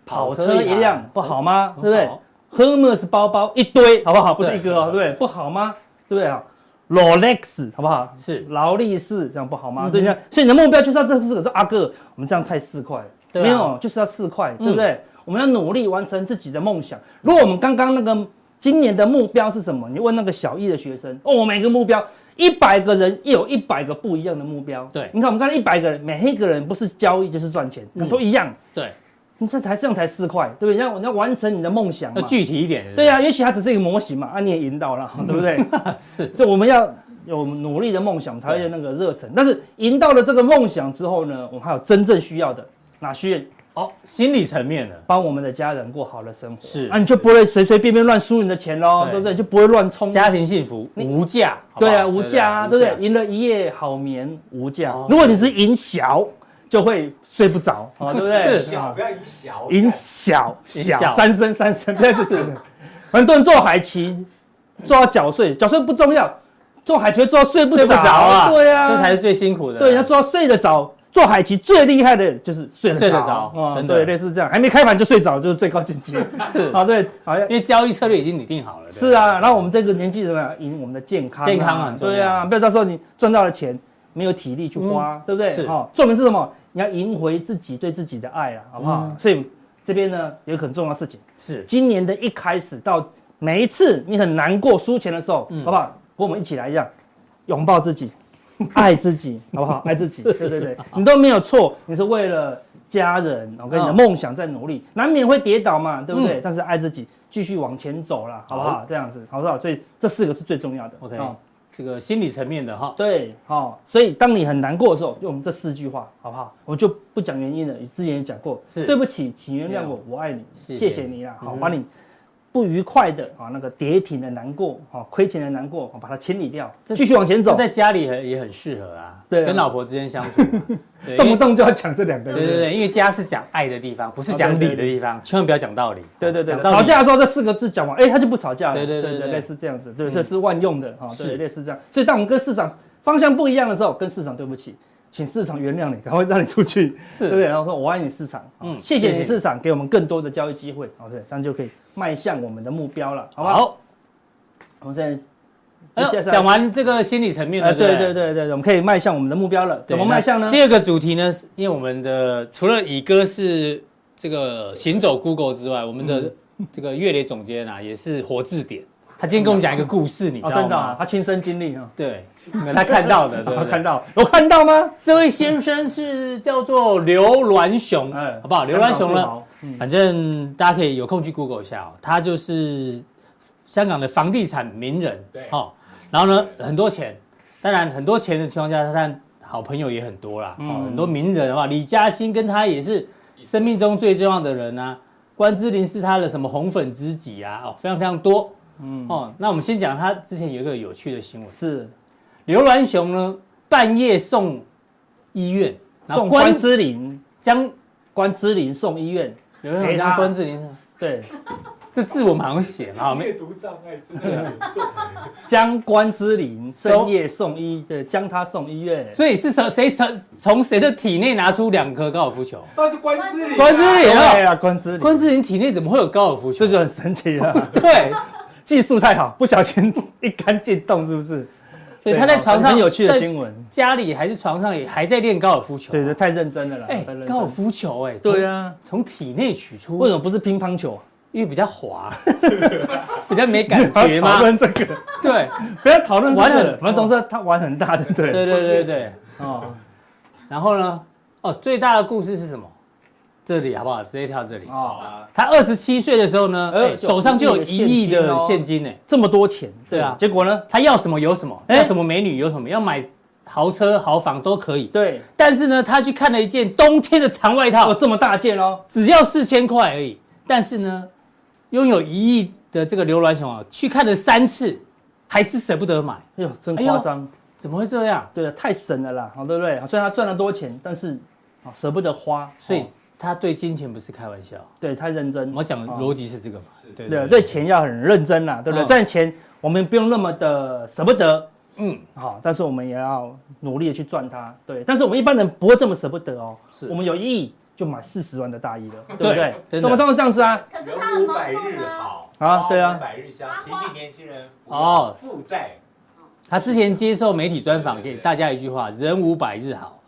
[SPEAKER 1] 跑
[SPEAKER 2] 跑
[SPEAKER 1] 车
[SPEAKER 2] 车
[SPEAKER 1] 一
[SPEAKER 2] 一
[SPEAKER 1] 辆
[SPEAKER 2] 辆
[SPEAKER 1] 不好吗？
[SPEAKER 2] 很
[SPEAKER 1] 对不对
[SPEAKER 2] 好
[SPEAKER 1] ？Hermes 包包一堆好不好？不是
[SPEAKER 2] 对
[SPEAKER 1] 一个哦，对不对？不好吗？对不对啊？Rolex 好不好？
[SPEAKER 2] 是
[SPEAKER 1] 劳力士这样不好
[SPEAKER 2] 嗯
[SPEAKER 1] 吗？对不对？所以你的目标就是要这四个，说阿哥，我们这样太四块了，
[SPEAKER 2] 对啊嗯
[SPEAKER 1] 没有，就是要四块，对不对？我们要努力完成自己的梦想。如果我们刚刚那个今年的目标是什么？你问那个小一的学生，哦，我每个目标。一百个人又有一百个不一样的目标，
[SPEAKER 2] 对
[SPEAKER 1] 你看我们刚才一百个人，每一个人不是交易就是赚钱，
[SPEAKER 2] 嗯
[SPEAKER 1] 都一样，
[SPEAKER 2] 对，
[SPEAKER 1] 你这才这样才四块，对不对？你要你要完成你的梦想嘛
[SPEAKER 2] 要。具体一点，
[SPEAKER 1] 对啊，也许它只是一个模型嘛，啊，你也赢到 了，对不对？
[SPEAKER 2] 啊，是
[SPEAKER 1] 就我们要有努力的梦想，才会有那个热忱。但是赢到了这个梦想之后呢，我们还有真正需要的，哪需要
[SPEAKER 2] 哦，心理层面的，
[SPEAKER 1] 帮我们的家人过好的生活？
[SPEAKER 2] 是
[SPEAKER 1] 啊，你就不会随随便便乱输你的钱喽，
[SPEAKER 2] 对
[SPEAKER 1] 对不对？你就不会乱冲。
[SPEAKER 2] 家庭幸福无价，好不好
[SPEAKER 1] 对啊，无价哦啊，对不对？？赢了一夜好眠无价。如果你是赢小，就会睡不着，啊，对不对？
[SPEAKER 2] 是
[SPEAKER 3] 小不要以小
[SPEAKER 1] 赢小
[SPEAKER 2] 赢
[SPEAKER 1] 小
[SPEAKER 2] 小
[SPEAKER 1] 三声三声，不要就是 很多人做海棋做到缴税，缴税不重要，做海棋会做到睡不
[SPEAKER 2] 睡不
[SPEAKER 1] 着
[SPEAKER 2] 着啊，
[SPEAKER 1] 对啊，
[SPEAKER 2] 这才是最辛苦的，
[SPEAKER 1] 对，要做到睡得着。做海棋最厉害的人就是睡得着，哦
[SPEAKER 2] 睡得着真的
[SPEAKER 1] 对，类似这样，还没开盘就睡着就是最高境界。
[SPEAKER 2] 是，
[SPEAKER 1] 好，对，好像
[SPEAKER 2] 因为交易策略已经拟定好了，对
[SPEAKER 1] 是啊。然后我们这个年纪怎么样，赢我们的健康、啊
[SPEAKER 2] 健康很重要
[SPEAKER 1] 对啊，不要到时候你赚到了钱没有体力去花，对不对？
[SPEAKER 2] 嗯是
[SPEAKER 1] 哦，重点是什么？你要赢回自己对自己的爱啊，好不好？
[SPEAKER 2] 嗯
[SPEAKER 1] 所以这边呢有一个很重要的事情，
[SPEAKER 2] 是
[SPEAKER 1] 今年的一开始到每一次你很难过输钱的时候，
[SPEAKER 2] 嗯
[SPEAKER 1] 好不好？跟我们一起来一样，拥抱自 己，爱自己，好不好？爱自己，对对对，你都没有错，你是为了家人，我跟你的
[SPEAKER 2] 嗯
[SPEAKER 1] 梦想在努力，难免会跌倒嘛，对不对
[SPEAKER 2] 嗯？
[SPEAKER 1] 但是爱自己，继续往前走啦，好不好
[SPEAKER 2] 好？
[SPEAKER 1] 这样子，好不好？所以这四个是最重要的。
[SPEAKER 2] OK
[SPEAKER 1] 哦
[SPEAKER 2] 这个心理层面的哈。
[SPEAKER 1] 对，好、所以当你很难过的时候，用我们这四句话，好不好？我就不讲原因了，之前也讲过，
[SPEAKER 2] 是
[SPEAKER 1] 对不起，请原谅
[SPEAKER 2] 没有
[SPEAKER 1] 我，我爱你，
[SPEAKER 2] 谢谢
[SPEAKER 1] 谢谢你啦，好，
[SPEAKER 2] 嗯哼
[SPEAKER 1] 把你不愉快的啊、那个跌停的难过，好、亏钱的难过，好把它清理掉，
[SPEAKER 2] 这
[SPEAKER 1] 继续往前
[SPEAKER 2] 这
[SPEAKER 1] 走，
[SPEAKER 2] 在家里很也很适合啊，
[SPEAKER 1] 对啊
[SPEAKER 2] 跟老婆之间相 处嘛，对
[SPEAKER 1] 动不
[SPEAKER 2] 因为
[SPEAKER 1] 动就要讲这两个，
[SPEAKER 2] 对对对，因为家是讲爱的地方，不是
[SPEAKER 1] 啊
[SPEAKER 2] 讲
[SPEAKER 1] 对对
[SPEAKER 2] 理的地方，千万不要讲道理。
[SPEAKER 1] 对对对
[SPEAKER 2] 讲
[SPEAKER 1] 对，
[SPEAKER 2] 道理
[SPEAKER 1] 吵架的时候这四个字讲完，哎，他就不吵架了。
[SPEAKER 2] 对对对对
[SPEAKER 1] 类似这样子，对，
[SPEAKER 2] 嗯
[SPEAKER 1] 这是万用的哈，
[SPEAKER 2] 是
[SPEAKER 1] 对，类似这样。所以当我们跟市场方向不一样的时候，跟市场对不起，请市场原谅你，赶快让你出去，
[SPEAKER 2] 是
[SPEAKER 1] 对不对？然后说我爱你市场，
[SPEAKER 2] 嗯
[SPEAKER 1] 嗯，谢谢
[SPEAKER 2] 谢谢
[SPEAKER 1] 你市场给我们更多的交易机会，好，对，这样就可以迈向我们的目标了，好不好？
[SPEAKER 2] 好，
[SPEAKER 1] 我们现在
[SPEAKER 2] 哎呦
[SPEAKER 1] 介绍
[SPEAKER 2] 讲完这个心理层面
[SPEAKER 1] 呃，
[SPEAKER 2] 了，
[SPEAKER 1] 对
[SPEAKER 2] 对
[SPEAKER 1] 对对对对，我们可以迈向我们的目标了，怎么迈向呢
[SPEAKER 2] 那？第二个主题呢，是因为我们的除了乙哥是这个行走 Google 之外，我们
[SPEAKER 1] 嗯
[SPEAKER 2] 的这个月磊总监啊，也是活字 典。他今天跟我们讲一个故事，你知
[SPEAKER 1] 哦，
[SPEAKER 2] 道
[SPEAKER 1] 真的啊，
[SPEAKER 2] 吗？
[SPEAKER 1] 他亲身经历啊，
[SPEAKER 2] 对， 他看到的，对不
[SPEAKER 1] 哦
[SPEAKER 2] 对
[SPEAKER 1] 看到有看到吗？
[SPEAKER 2] 这位先生是叫做刘銮雄，
[SPEAKER 1] 哎
[SPEAKER 2] 好不好？刘銮雄呢？，
[SPEAKER 1] 嗯，
[SPEAKER 2] 反正大家可以有空去 Google 一下哦，他就是香港的房地产名人，
[SPEAKER 3] 对
[SPEAKER 2] 哦，然后呢，很多钱，当然很多钱的情况下，他当然好朋友也很多啦，哦，
[SPEAKER 1] 嗯
[SPEAKER 2] 很多名人的话，李嘉欣跟他也是生命中最重要的人啊，关之琳是他的什么红粉知己啊，哦，非常非常多，嗯，哦，那我们先讲他之前有一个有趣的新闻，
[SPEAKER 1] 是
[SPEAKER 2] 刘銮雄呢半夜送医院，然后
[SPEAKER 1] 送关之琳。
[SPEAKER 2] 将
[SPEAKER 1] 关之琳送医院，
[SPEAKER 2] 刘銮雄
[SPEAKER 1] 给他
[SPEAKER 2] 将关之琳，
[SPEAKER 1] 对，
[SPEAKER 2] 这字我们好像写了，好没
[SPEAKER 3] 阅读障碍真的很重，
[SPEAKER 1] 将关之琳
[SPEAKER 2] 收
[SPEAKER 1] 深夜送医，对，将他送医院。
[SPEAKER 2] 所以是从谁从从谁的体内拿出两颗高尔夫球？
[SPEAKER 3] 但是关之琳，
[SPEAKER 2] 关之琳
[SPEAKER 1] 对
[SPEAKER 2] 啊，
[SPEAKER 1] 啊，关之琳，
[SPEAKER 2] 关之琳体内怎么会有高尔夫球？
[SPEAKER 1] 这就很神奇 了，
[SPEAKER 2] 对，
[SPEAKER 1] 技术太好，不小心一杆进洞，是不是？
[SPEAKER 2] 所以他在床上
[SPEAKER 1] 啊很有趣的新
[SPEAKER 2] 在
[SPEAKER 1] 闻。
[SPEAKER 2] 家里还是床上也还在练高尔夫球。啊
[SPEAKER 1] 对对，，太认真了啦，太
[SPEAKER 2] 哎
[SPEAKER 1] 认，真
[SPEAKER 2] 高尔夫球哎，从
[SPEAKER 1] 对，啊，
[SPEAKER 2] 从体内取出，
[SPEAKER 1] 为什么不是乒乓球啊？
[SPEAKER 2] 因为比较滑， 比较没感觉
[SPEAKER 1] 不要讨
[SPEAKER 2] 吗？
[SPEAKER 1] 论这个，
[SPEAKER 2] 对，
[SPEAKER 1] 不要讨论这
[SPEAKER 2] 玩
[SPEAKER 1] 个
[SPEAKER 2] 很哦
[SPEAKER 1] 了，反正总之他玩很大，对不对？
[SPEAKER 2] 对对对对。
[SPEAKER 1] 哦
[SPEAKER 2] 然后呢？哦，最大的故事是什么？这里好不好？直接跳这里。
[SPEAKER 3] 好
[SPEAKER 1] 哦，
[SPEAKER 3] 啊，
[SPEAKER 2] 他二十七岁的时候呢，
[SPEAKER 1] 哎
[SPEAKER 2] 哎手上就有一亿的
[SPEAKER 1] 有一亿的
[SPEAKER 2] 现
[SPEAKER 1] 现哦
[SPEAKER 2] 金哎。
[SPEAKER 1] 这么多钱，
[SPEAKER 2] 对啊
[SPEAKER 1] 结果呢？
[SPEAKER 2] 他要什么有什么，
[SPEAKER 1] 哎
[SPEAKER 2] 要什么美女有什么，要买豪车豪房都可以。
[SPEAKER 1] 对，
[SPEAKER 2] 但是呢，他去看了一件冬天的长外
[SPEAKER 1] 哦，
[SPEAKER 2] 套，
[SPEAKER 1] 这么大件哦，
[SPEAKER 2] 只要四千块而已。但是呢，拥有一亿的这个刘銮雄啊，去看了三次，还是舍不得买，
[SPEAKER 1] 哎呦，真
[SPEAKER 2] 哎呦
[SPEAKER 1] 夸张。
[SPEAKER 2] 怎么会这样？
[SPEAKER 1] 对啊，太神了啦，好对不对？虽然他赚了多钱，但是啊舍不得花，
[SPEAKER 2] 所以
[SPEAKER 1] 哦
[SPEAKER 2] 他对金钱不是开玩笑。
[SPEAKER 1] 对太认真。
[SPEAKER 2] 我讲的
[SPEAKER 1] 哦
[SPEAKER 2] 逻辑是这个嘛？
[SPEAKER 3] 是
[SPEAKER 1] 对啊对钱要很认真啦，对不对？
[SPEAKER 2] 嗯
[SPEAKER 1] 赚钱我们不用那么的舍不得，
[SPEAKER 2] 嗯，
[SPEAKER 1] 好，但是我们也要努力的去赚它，对。但是我们一般人不会这么舍不得哦，
[SPEAKER 2] 是
[SPEAKER 1] 我们有一亿就买四十万的大衣了，对不
[SPEAKER 2] 对
[SPEAKER 1] 对？
[SPEAKER 2] 真的
[SPEAKER 1] 那么当然这样子啊，
[SPEAKER 4] 可是他
[SPEAKER 3] 人
[SPEAKER 4] 很
[SPEAKER 3] 无
[SPEAKER 4] 矛
[SPEAKER 3] 百
[SPEAKER 4] 盾
[SPEAKER 3] 日
[SPEAKER 4] 啊，
[SPEAKER 3] 好
[SPEAKER 1] 啊对啊
[SPEAKER 3] 花无百日香，提醒年轻人
[SPEAKER 2] 哦
[SPEAKER 3] 哦，负债
[SPEAKER 2] 他之前接受媒体专访，给大家一句话：人无百日好，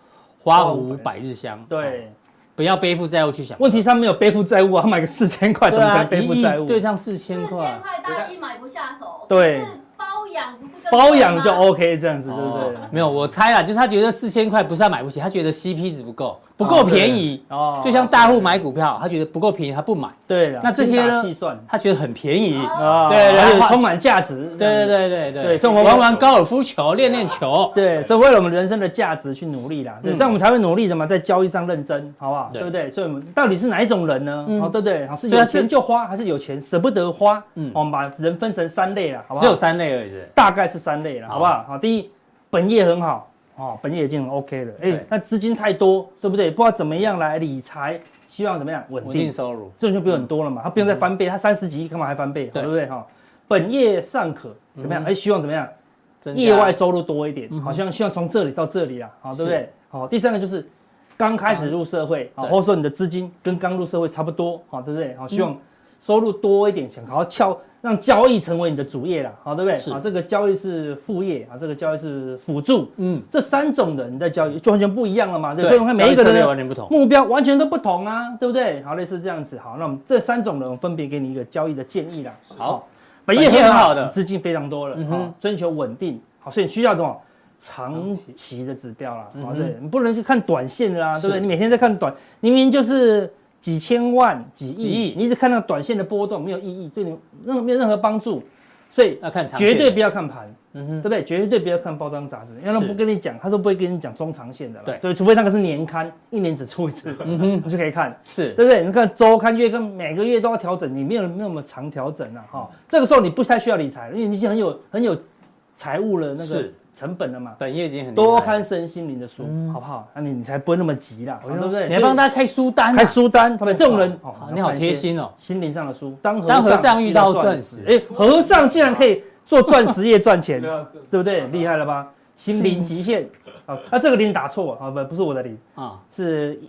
[SPEAKER 2] 花无百日香。哦，
[SPEAKER 1] 对。
[SPEAKER 2] 不要背负债务去想。
[SPEAKER 1] 问题是他没有背负债务啊， 他买个四千块怎
[SPEAKER 2] 对
[SPEAKER 1] 么可
[SPEAKER 2] 啊
[SPEAKER 1] 能，背负债
[SPEAKER 2] 一
[SPEAKER 1] 务
[SPEAKER 2] 亿？对上四
[SPEAKER 4] 四
[SPEAKER 2] 千
[SPEAKER 4] 千
[SPEAKER 2] 块，
[SPEAKER 4] 块大衣买不下手，
[SPEAKER 1] 对
[SPEAKER 4] 可是包养不是更
[SPEAKER 1] 包养就
[SPEAKER 4] 贵吗哦
[SPEAKER 1] OK 这样子，对不对？
[SPEAKER 2] 没有，我猜啦，就是他觉得四千块不是他买不起，他觉得 CP 值不够，不够便宜。
[SPEAKER 1] 哦
[SPEAKER 2] 就像大户买股票，他觉得不够便宜，他不买，
[SPEAKER 1] 对了，
[SPEAKER 2] 那这些呢
[SPEAKER 1] 精打细算
[SPEAKER 2] 他觉得很便宜。
[SPEAKER 1] 啊，
[SPEAKER 2] 对对
[SPEAKER 1] 还有
[SPEAKER 2] 花
[SPEAKER 1] 充满价值，
[SPEAKER 2] 对对对对
[SPEAKER 1] 对
[SPEAKER 2] 对，
[SPEAKER 1] 所以我们
[SPEAKER 2] 玩玩高尔夫球，练练球。
[SPEAKER 1] 对，所以为了我们人生的价值去努力啦，对，
[SPEAKER 2] 嗯
[SPEAKER 1] 这样我们才会努力什么，在交易上认真，好不好？
[SPEAKER 2] 对
[SPEAKER 1] 对不对？所以我们到底是哪一种人呢？
[SPEAKER 2] 嗯
[SPEAKER 1] 哦，对不对？好，是
[SPEAKER 2] 所以
[SPEAKER 1] 有
[SPEAKER 2] 他这
[SPEAKER 1] 钱就花，还是有钱舍不得花？
[SPEAKER 2] 嗯
[SPEAKER 1] 嗯，我们把人分成三类啦，好不
[SPEAKER 2] 只有
[SPEAKER 1] 好？
[SPEAKER 2] 三类而已是
[SPEAKER 1] 大概是三类了，
[SPEAKER 2] 好
[SPEAKER 1] 好不好？好，第一，本业很好，哦，本业已经很 OK 了，哎
[SPEAKER 2] 对，
[SPEAKER 1] 那资金太多，对不对？不知道怎么样来理财，希望怎么样稳
[SPEAKER 2] 稳定
[SPEAKER 1] 定，
[SPEAKER 2] 收入。
[SPEAKER 1] 这种就不用很多了嘛，他不用再翻倍，他三十几亿干嘛还翻倍？
[SPEAKER 2] 对
[SPEAKER 1] 对不对？哈，本业尚可，怎么样？
[SPEAKER 2] 嗯
[SPEAKER 1] 哎，希望怎么样？
[SPEAKER 2] 增加
[SPEAKER 1] 业外收入多一点
[SPEAKER 2] 嗯哼，
[SPEAKER 1] 好像希望从这里到这里啊，好对不
[SPEAKER 2] 是
[SPEAKER 1] 对？好，第三个就是刚开始入社会，好，
[SPEAKER 2] 对嗯
[SPEAKER 1] 或者说你的资金跟刚入社会差不多，好对不对？好，希望收入多一点，想好好撬让交易成为你的主业啦，好，对不
[SPEAKER 2] 是
[SPEAKER 1] 对？啊，这个交易是副业啊，这个交易是辅助，
[SPEAKER 2] 嗯，
[SPEAKER 1] 这三种人在交易就完全不一样了嘛，对不
[SPEAKER 2] 对，
[SPEAKER 1] 对，所以你看每一个
[SPEAKER 2] 交易策略
[SPEAKER 1] 人
[SPEAKER 2] 完
[SPEAKER 1] 的
[SPEAKER 2] 全不同。
[SPEAKER 1] 目标完全都不同啊，对不对？好，类似这样子，好，那我们这三种人我分别给你一个交易的建议啦。
[SPEAKER 2] 好，
[SPEAKER 1] 本业
[SPEAKER 2] 本业
[SPEAKER 1] 很
[SPEAKER 2] 很好
[SPEAKER 1] 好
[SPEAKER 2] 的
[SPEAKER 1] 的，资金非常多了，
[SPEAKER 2] 嗯
[SPEAKER 1] 啊，
[SPEAKER 2] 哼
[SPEAKER 1] 追求稳定，好，所以你需要这种
[SPEAKER 2] 长
[SPEAKER 1] 长
[SPEAKER 2] 期
[SPEAKER 1] 期的指标啦，
[SPEAKER 2] 嗯
[SPEAKER 1] 好，
[SPEAKER 2] 哼
[SPEAKER 1] 对，你不能去看短线的啦，啊对不
[SPEAKER 2] 是
[SPEAKER 1] 对？你每天在看短，明明就是几千万、几
[SPEAKER 2] 几亿
[SPEAKER 1] 亿，你一直看那个短线的波动，没有意义，对你任没有任何帮助，所以
[SPEAKER 2] 要看长线
[SPEAKER 1] 绝对不要看盘。
[SPEAKER 2] 嗯
[SPEAKER 1] 对
[SPEAKER 2] 哼，
[SPEAKER 1] 不对？绝对不要看包装杂志，因为他
[SPEAKER 2] 是
[SPEAKER 1] 不跟你讲，他都不会跟你讲中长线的啦。
[SPEAKER 2] 对嗯
[SPEAKER 1] 除非那个是年刊，一年只出一次，你就可以看，
[SPEAKER 2] 是
[SPEAKER 1] 对不对？你看周刊、月刊，每个月都要调整，你没有那么长调整了、哈、
[SPEAKER 2] 嗯
[SPEAKER 1] 这个时候你不太需要理财了，因为你已经很有很有财务的那个
[SPEAKER 2] 是
[SPEAKER 1] 成本了嘛。
[SPEAKER 2] 本业已经很厉害
[SPEAKER 1] 多
[SPEAKER 2] 了
[SPEAKER 1] 看身心灵的书，好不好？那你你才不会那么急啦，
[SPEAKER 2] 哎呦
[SPEAKER 1] 对不对？
[SPEAKER 2] 你还帮
[SPEAKER 1] 所
[SPEAKER 2] 大家开书单
[SPEAKER 1] 以
[SPEAKER 2] 啊，
[SPEAKER 1] 开书单，对不对？这种人，哦
[SPEAKER 2] 好你好贴。心哦。
[SPEAKER 1] 心灵上的书，当
[SPEAKER 2] 当和尚遇到钻
[SPEAKER 1] 哎，和尚竟然可以做钻石业赚 钱
[SPEAKER 3] 不，要这
[SPEAKER 1] 对不对？厉害了吧？心灵极限啊！啊，这个零打错啊，不不是我的零，
[SPEAKER 2] 啊，
[SPEAKER 1] 是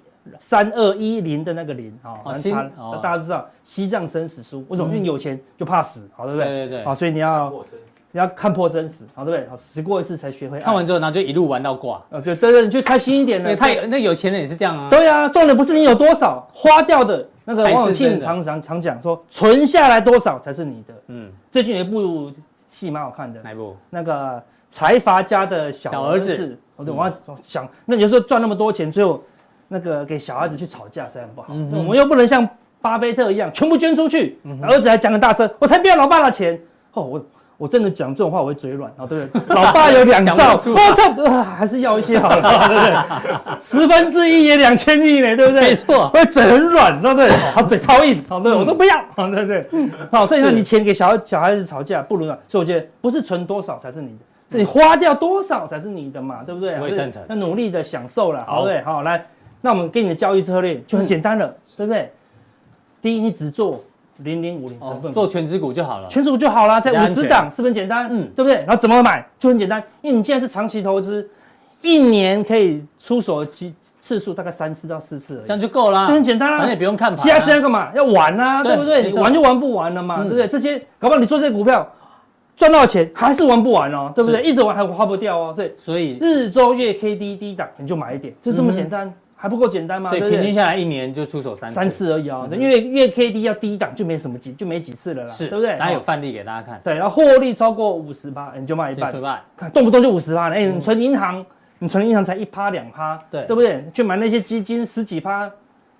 [SPEAKER 1] 三二一零的那个零啊。
[SPEAKER 2] 哦
[SPEAKER 1] 反
[SPEAKER 2] 心
[SPEAKER 1] 正查了
[SPEAKER 2] 哦
[SPEAKER 1] 大家知道西藏生死书，为什么？
[SPEAKER 2] 嗯
[SPEAKER 1] 因为有钱就怕死，啊好对不
[SPEAKER 2] 对
[SPEAKER 1] 对？
[SPEAKER 2] 对对，
[SPEAKER 1] 好，所以你要
[SPEAKER 3] 过生死，
[SPEAKER 1] 你要看破生死，啊好对不对？好，死过一次才学会爱。
[SPEAKER 2] 看完之后，然后就一路玩到挂。
[SPEAKER 1] 啊，对对对，你就开心一点
[SPEAKER 2] 那
[SPEAKER 1] 了。
[SPEAKER 2] 他有那有钱人也是这样啊，
[SPEAKER 1] 对啊，重点不是你有多少，花掉的那个
[SPEAKER 2] 才是
[SPEAKER 1] 王永
[SPEAKER 2] 真
[SPEAKER 1] 庆
[SPEAKER 2] 的
[SPEAKER 1] 常常常讲说，存下来多少才是你的。
[SPEAKER 2] 嗯，
[SPEAKER 1] 最近有一部戏蛮好看的，
[SPEAKER 2] 哪一部？
[SPEAKER 1] 那个财阀家的
[SPEAKER 2] 小
[SPEAKER 1] 小
[SPEAKER 2] 儿
[SPEAKER 1] 儿
[SPEAKER 2] 子嗯
[SPEAKER 1] 子，我就我要想，那你就说赚那么多钱，最后那个给小孩子去吵架，实在很不好。
[SPEAKER 2] 嗯哼嗯
[SPEAKER 1] 那我们又不能像巴菲特一样全部捐出去，儿子还讲很大声，我才不要老爸的钱。哦，我我真的讲这种话我会嘴软哦，对不对？ 老爸有两
[SPEAKER 2] 讲
[SPEAKER 1] 兆，
[SPEAKER 2] 不出
[SPEAKER 1] 我操、呃还是要一些好了，对不对？十分之一也两千亿呢，对不对？
[SPEAKER 2] 没错，
[SPEAKER 1] 会嘴很软，对不对？好，嘴超硬，好，对，我都不要， 好，对不对？好，所以说
[SPEAKER 2] 嗯是
[SPEAKER 1] 你钱给小孩小孩子吵架不如啊，所以我觉得不是存多少才是你的，是你花掉多少才是你的嘛，对不对？
[SPEAKER 2] 我也赞成
[SPEAKER 1] 要努力的享受了，
[SPEAKER 2] 好嗯
[SPEAKER 1] 好，对不对，好，来，那我们给你的教育策略就很简单了，对不对？第一，你只做零零五零成
[SPEAKER 2] 哦
[SPEAKER 1] 分股，
[SPEAKER 2] 做全职股就好了。
[SPEAKER 1] 全数就好啦，才
[SPEAKER 2] 比较
[SPEAKER 1] 五
[SPEAKER 2] 安全
[SPEAKER 1] 十档，是不是很简单？
[SPEAKER 2] 嗯
[SPEAKER 1] 嗯，对不对？然后怎么买就很简单，因为你既然是长期投资，一年可以出手的几次数大概三次到四次而已
[SPEAKER 2] 这。样就够啦，
[SPEAKER 1] 就很简单啦
[SPEAKER 2] 反正也不用看盘啊。
[SPEAKER 1] 其他时间干嘛？要玩啊，
[SPEAKER 2] 对
[SPEAKER 1] 对不对？
[SPEAKER 2] 没
[SPEAKER 1] 你
[SPEAKER 2] 错
[SPEAKER 1] 玩就玩不完了嘛，
[SPEAKER 2] 嗯
[SPEAKER 1] 对不对？这些搞不好你做这些股票赚到钱还是玩不完哦，对不对？
[SPEAKER 2] 是
[SPEAKER 1] 一直玩还花不掉哦，所以
[SPEAKER 2] 所以
[SPEAKER 1] 日周月 K D 低档你就买一点，就这
[SPEAKER 2] 嗯
[SPEAKER 1] 么
[SPEAKER 2] 哼
[SPEAKER 1] 简单，还不够简单吗？
[SPEAKER 2] 所
[SPEAKER 1] 对
[SPEAKER 2] 以
[SPEAKER 1] 不
[SPEAKER 2] 平均
[SPEAKER 1] 对？
[SPEAKER 2] 下来一年就出手三次
[SPEAKER 1] 三，次而已哦，
[SPEAKER 2] 嗯
[SPEAKER 1] 因为月 K D 要低档就没什么几就没几次了啦，
[SPEAKER 2] 是
[SPEAKER 1] 对不对？
[SPEAKER 2] 大家有
[SPEAKER 1] 哦
[SPEAKER 2] 范例给大家看，
[SPEAKER 1] 对，然后获利超过五十趴，你就卖一
[SPEAKER 2] 这
[SPEAKER 1] 半
[SPEAKER 2] 是，吧？
[SPEAKER 1] 看动不动就五十趴了。哎，
[SPEAKER 2] 嗯
[SPEAKER 1] 你存银行，你存银行才一趴两趴，
[SPEAKER 2] 对
[SPEAKER 1] 对不对？去买那些基金十几趴，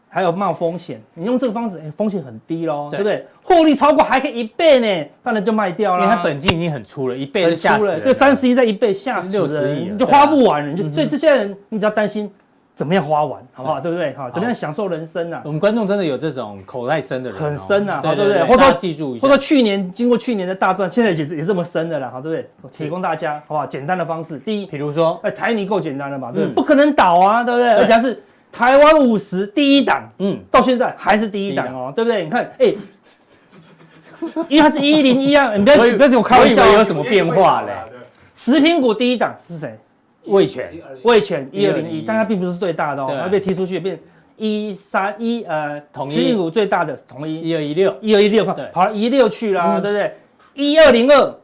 [SPEAKER 1] 还有冒风险。你用这个方式，哎，风险很低喽，
[SPEAKER 2] 对
[SPEAKER 1] 对不对？获利超过还可以一倍呢，当然就卖掉
[SPEAKER 2] 因
[SPEAKER 1] 了。
[SPEAKER 2] 为它本金已经很粗了，一倍就吓死人了。
[SPEAKER 1] 对，三十亿再一倍，吓死
[SPEAKER 2] 60亿了
[SPEAKER 1] 人，你就花不完了。你
[SPEAKER 2] 嗯
[SPEAKER 1] 就
[SPEAKER 2] 哼
[SPEAKER 1] 所以这些人，你只要担心怎么样花完，好不好？对不对？哈，怎么样
[SPEAKER 2] 好
[SPEAKER 1] 享受人生啊？
[SPEAKER 2] 我们观众真的有这种口袋深的人哦，
[SPEAKER 1] 很深啊
[SPEAKER 2] 对
[SPEAKER 1] 对
[SPEAKER 2] 对
[SPEAKER 1] 不对
[SPEAKER 2] 对，
[SPEAKER 1] 或者
[SPEAKER 2] 大家记住一下
[SPEAKER 1] 或，者去年经过去年的大赚，现在也也这么深的了，好，对不对？我提供大家好不好？简单的方式，第一，
[SPEAKER 2] 比如说，
[SPEAKER 1] 哎，台泥够简单了吧？对，
[SPEAKER 2] 嗯
[SPEAKER 1] 不可能倒啊，对不对？
[SPEAKER 2] 对
[SPEAKER 1] 而且还是台湾五十第一档，
[SPEAKER 2] 嗯，
[SPEAKER 1] 到现在还是第一档
[SPEAKER 2] 第一
[SPEAKER 1] 哦，对不对？你看，哎，因为它是一零一啊，你不要
[SPEAKER 2] 我以为
[SPEAKER 1] 不要跟我开玩笑
[SPEAKER 2] 我以为有
[SPEAKER 1] 哦。
[SPEAKER 2] 什么变化嘞？
[SPEAKER 1] 食品股第一档是谁？
[SPEAKER 2] 味全，
[SPEAKER 1] 味全一二零
[SPEAKER 2] 1201
[SPEAKER 1] 一，但它并不是最大的哦
[SPEAKER 2] 对，啊
[SPEAKER 1] 它被踢出去变一三一呃，
[SPEAKER 2] 统一
[SPEAKER 1] 食品股最大的是统一
[SPEAKER 2] 一二一六，
[SPEAKER 1] 一二一六
[SPEAKER 2] 对，
[SPEAKER 1] 跑到一六去啦，
[SPEAKER 2] 嗯
[SPEAKER 1] 对不对？一二零二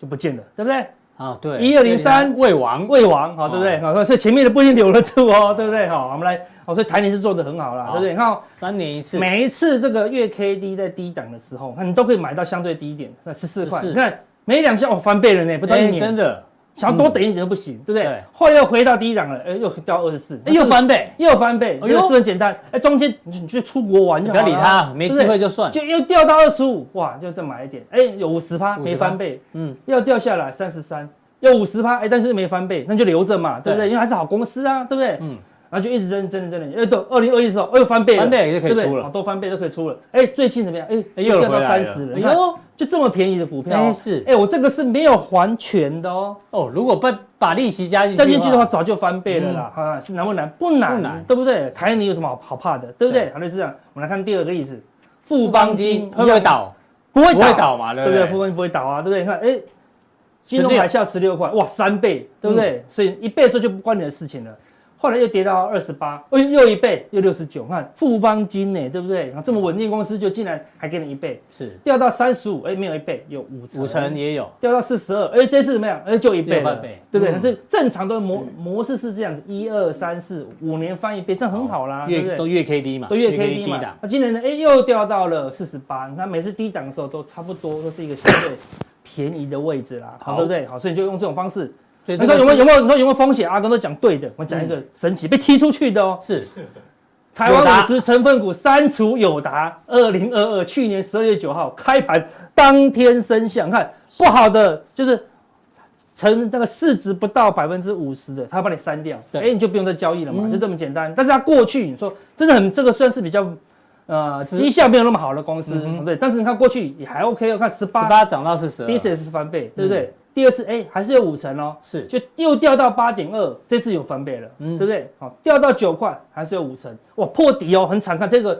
[SPEAKER 1] 就不见了，对不对？
[SPEAKER 2] 啊，对，
[SPEAKER 1] 1203
[SPEAKER 2] 味王，
[SPEAKER 1] 魏王，好，对不对？好，所以前面的不一定留得住哦， 对不对？好，我们来，好，所以台泥是做的很好啦，对
[SPEAKER 2] 好
[SPEAKER 1] 不对？你看哦，
[SPEAKER 2] 三年一次，哎
[SPEAKER 1] 每一次这个月 K D 在低档的时候，看你都可以买到相对低一点，那十四块，
[SPEAKER 2] 14
[SPEAKER 1] 你看每两下哦翻倍了呢，不到一
[SPEAKER 2] 哎，
[SPEAKER 1] 年，
[SPEAKER 2] 真的，
[SPEAKER 1] 想要多等一点都不行，对不对？
[SPEAKER 2] 对
[SPEAKER 1] 后来又回到低档了，哎，又掉二十四，
[SPEAKER 2] 哎又翻倍，
[SPEAKER 1] 又翻倍，
[SPEAKER 2] 哎
[SPEAKER 1] 哎
[SPEAKER 2] 呦
[SPEAKER 1] 呦，是不是很简单？哎，中间你去你去出国玩
[SPEAKER 2] 你
[SPEAKER 1] 就
[SPEAKER 2] 不
[SPEAKER 1] 好了啊
[SPEAKER 2] 要理他，没机
[SPEAKER 1] 对不
[SPEAKER 2] 会
[SPEAKER 1] 对
[SPEAKER 2] 就算，
[SPEAKER 1] 就又掉到二十五，哇，就再买一点，哎，有五十趴没翻倍，
[SPEAKER 2] 嗯，
[SPEAKER 1] 要掉下来三十三，要五十趴，哎，但是没翻倍，那就留着嘛，对不
[SPEAKER 2] 对
[SPEAKER 1] 对？因为还是好公司啊，对不对？
[SPEAKER 2] 嗯
[SPEAKER 1] 嗯，然后就一直增增增增，哎，到二零二一的时候，哎呦翻倍了，
[SPEAKER 2] 翻倍就可
[SPEAKER 1] 对不
[SPEAKER 2] 以
[SPEAKER 1] 对
[SPEAKER 2] 出了
[SPEAKER 1] 好都翻倍都可以出了，哎，最近怎么样？哎，
[SPEAKER 2] 哎又
[SPEAKER 1] 掉
[SPEAKER 2] 回
[SPEAKER 1] 到
[SPEAKER 2] 来
[SPEAKER 1] 三
[SPEAKER 2] 了
[SPEAKER 1] 十了，
[SPEAKER 2] 哎
[SPEAKER 1] 你看
[SPEAKER 2] 呦，
[SPEAKER 1] 就这么便宜的股票
[SPEAKER 2] 哎
[SPEAKER 1] 哦，
[SPEAKER 2] 是
[SPEAKER 1] 哎，我这个是没有还全的哦，
[SPEAKER 2] 哦，如果把把利息加进
[SPEAKER 1] 加进去的话，早就翻倍了啦，啊，是难不难？不
[SPEAKER 2] 嗯不
[SPEAKER 1] 难，
[SPEAKER 2] 难
[SPEAKER 1] 对不对？台泥有什么好好怕的，对不对
[SPEAKER 2] 对？
[SPEAKER 1] 好，类似这样，我们来看第二个例子，
[SPEAKER 2] 富
[SPEAKER 1] 富
[SPEAKER 2] 邦
[SPEAKER 1] 邦
[SPEAKER 2] 金
[SPEAKER 1] 金
[SPEAKER 2] 会不会？倒？
[SPEAKER 1] 不会
[SPEAKER 2] 不会
[SPEAKER 1] 倒。
[SPEAKER 2] 倒嘛，对
[SPEAKER 1] 对
[SPEAKER 2] 不
[SPEAKER 1] 不对？
[SPEAKER 2] 对
[SPEAKER 1] 富？邦不会倒啊，对不对？你看，哎，金融
[SPEAKER 2] 16嗯
[SPEAKER 1] 海啸十六块，哇，三倍，对不对？所以一倍的时候就不关你的事情了。后来又跌到二十八，又又一倍，又六十九，看富邦金呢，对不对？然啊后这么稳定公司就竟然还给你一倍，
[SPEAKER 2] 是
[SPEAKER 1] 掉到三十五，哎，没有一倍，有五成，
[SPEAKER 2] 五成也有，
[SPEAKER 1] 掉到四十二，哎，这次怎么样？哎，就一倍
[SPEAKER 2] 六
[SPEAKER 1] 了，
[SPEAKER 2] 翻倍
[SPEAKER 1] 对不对？
[SPEAKER 2] 嗯
[SPEAKER 1] 这正常的模模式是这样子，一二三四五年翻一倍，这样很好啦，对不
[SPEAKER 2] 月
[SPEAKER 1] 对
[SPEAKER 2] 哦都？月 K D 嘛，
[SPEAKER 1] 都越 K
[SPEAKER 2] 越
[SPEAKER 1] 低
[SPEAKER 2] KD
[SPEAKER 1] 嘛
[SPEAKER 2] 档，
[SPEAKER 1] 那今年呢，哎，又掉到了四十八。你看每次低档的时候都差不多，都是一个相对便宜的位置啦，
[SPEAKER 2] 好
[SPEAKER 1] 好，对不对？好，所以你就用这种方式。
[SPEAKER 2] 所以
[SPEAKER 1] 你
[SPEAKER 2] 这
[SPEAKER 1] 说
[SPEAKER 2] 个
[SPEAKER 1] 有没有有
[SPEAKER 2] 是
[SPEAKER 1] 没有？你说有没有风险？阿刚都讲对的，我讲一个神奇被踢出去的哦。
[SPEAKER 2] 是
[SPEAKER 1] 台湾五十成分股删除友达，二零二二去年十二月九号开盘当天升向，看不好的就是成那个市值不到百分之五十的，它把你删掉，
[SPEAKER 2] 对
[SPEAKER 1] 哎、你就不用再交易了嘛，
[SPEAKER 2] 嗯
[SPEAKER 1] 就这么简单。但是它过去你说真的很，这个算是比较呃
[SPEAKER 2] 是
[SPEAKER 1] 绩效没有那么好的公司，
[SPEAKER 2] 嗯哼
[SPEAKER 1] 对。但是你看过去也还 OK 哦，看十
[SPEAKER 2] 十
[SPEAKER 1] 八，
[SPEAKER 2] 八嗯涨到四十
[SPEAKER 1] 第一次
[SPEAKER 2] 二，
[SPEAKER 1] 也是翻倍，对不对？第二次哎、还是有五成哦，
[SPEAKER 2] 是
[SPEAKER 1] 就又掉到八点二，这次有翻倍了，
[SPEAKER 2] 嗯
[SPEAKER 1] 对不对？好，掉到九块还是有五成，哇，破底哦，很惨。看这个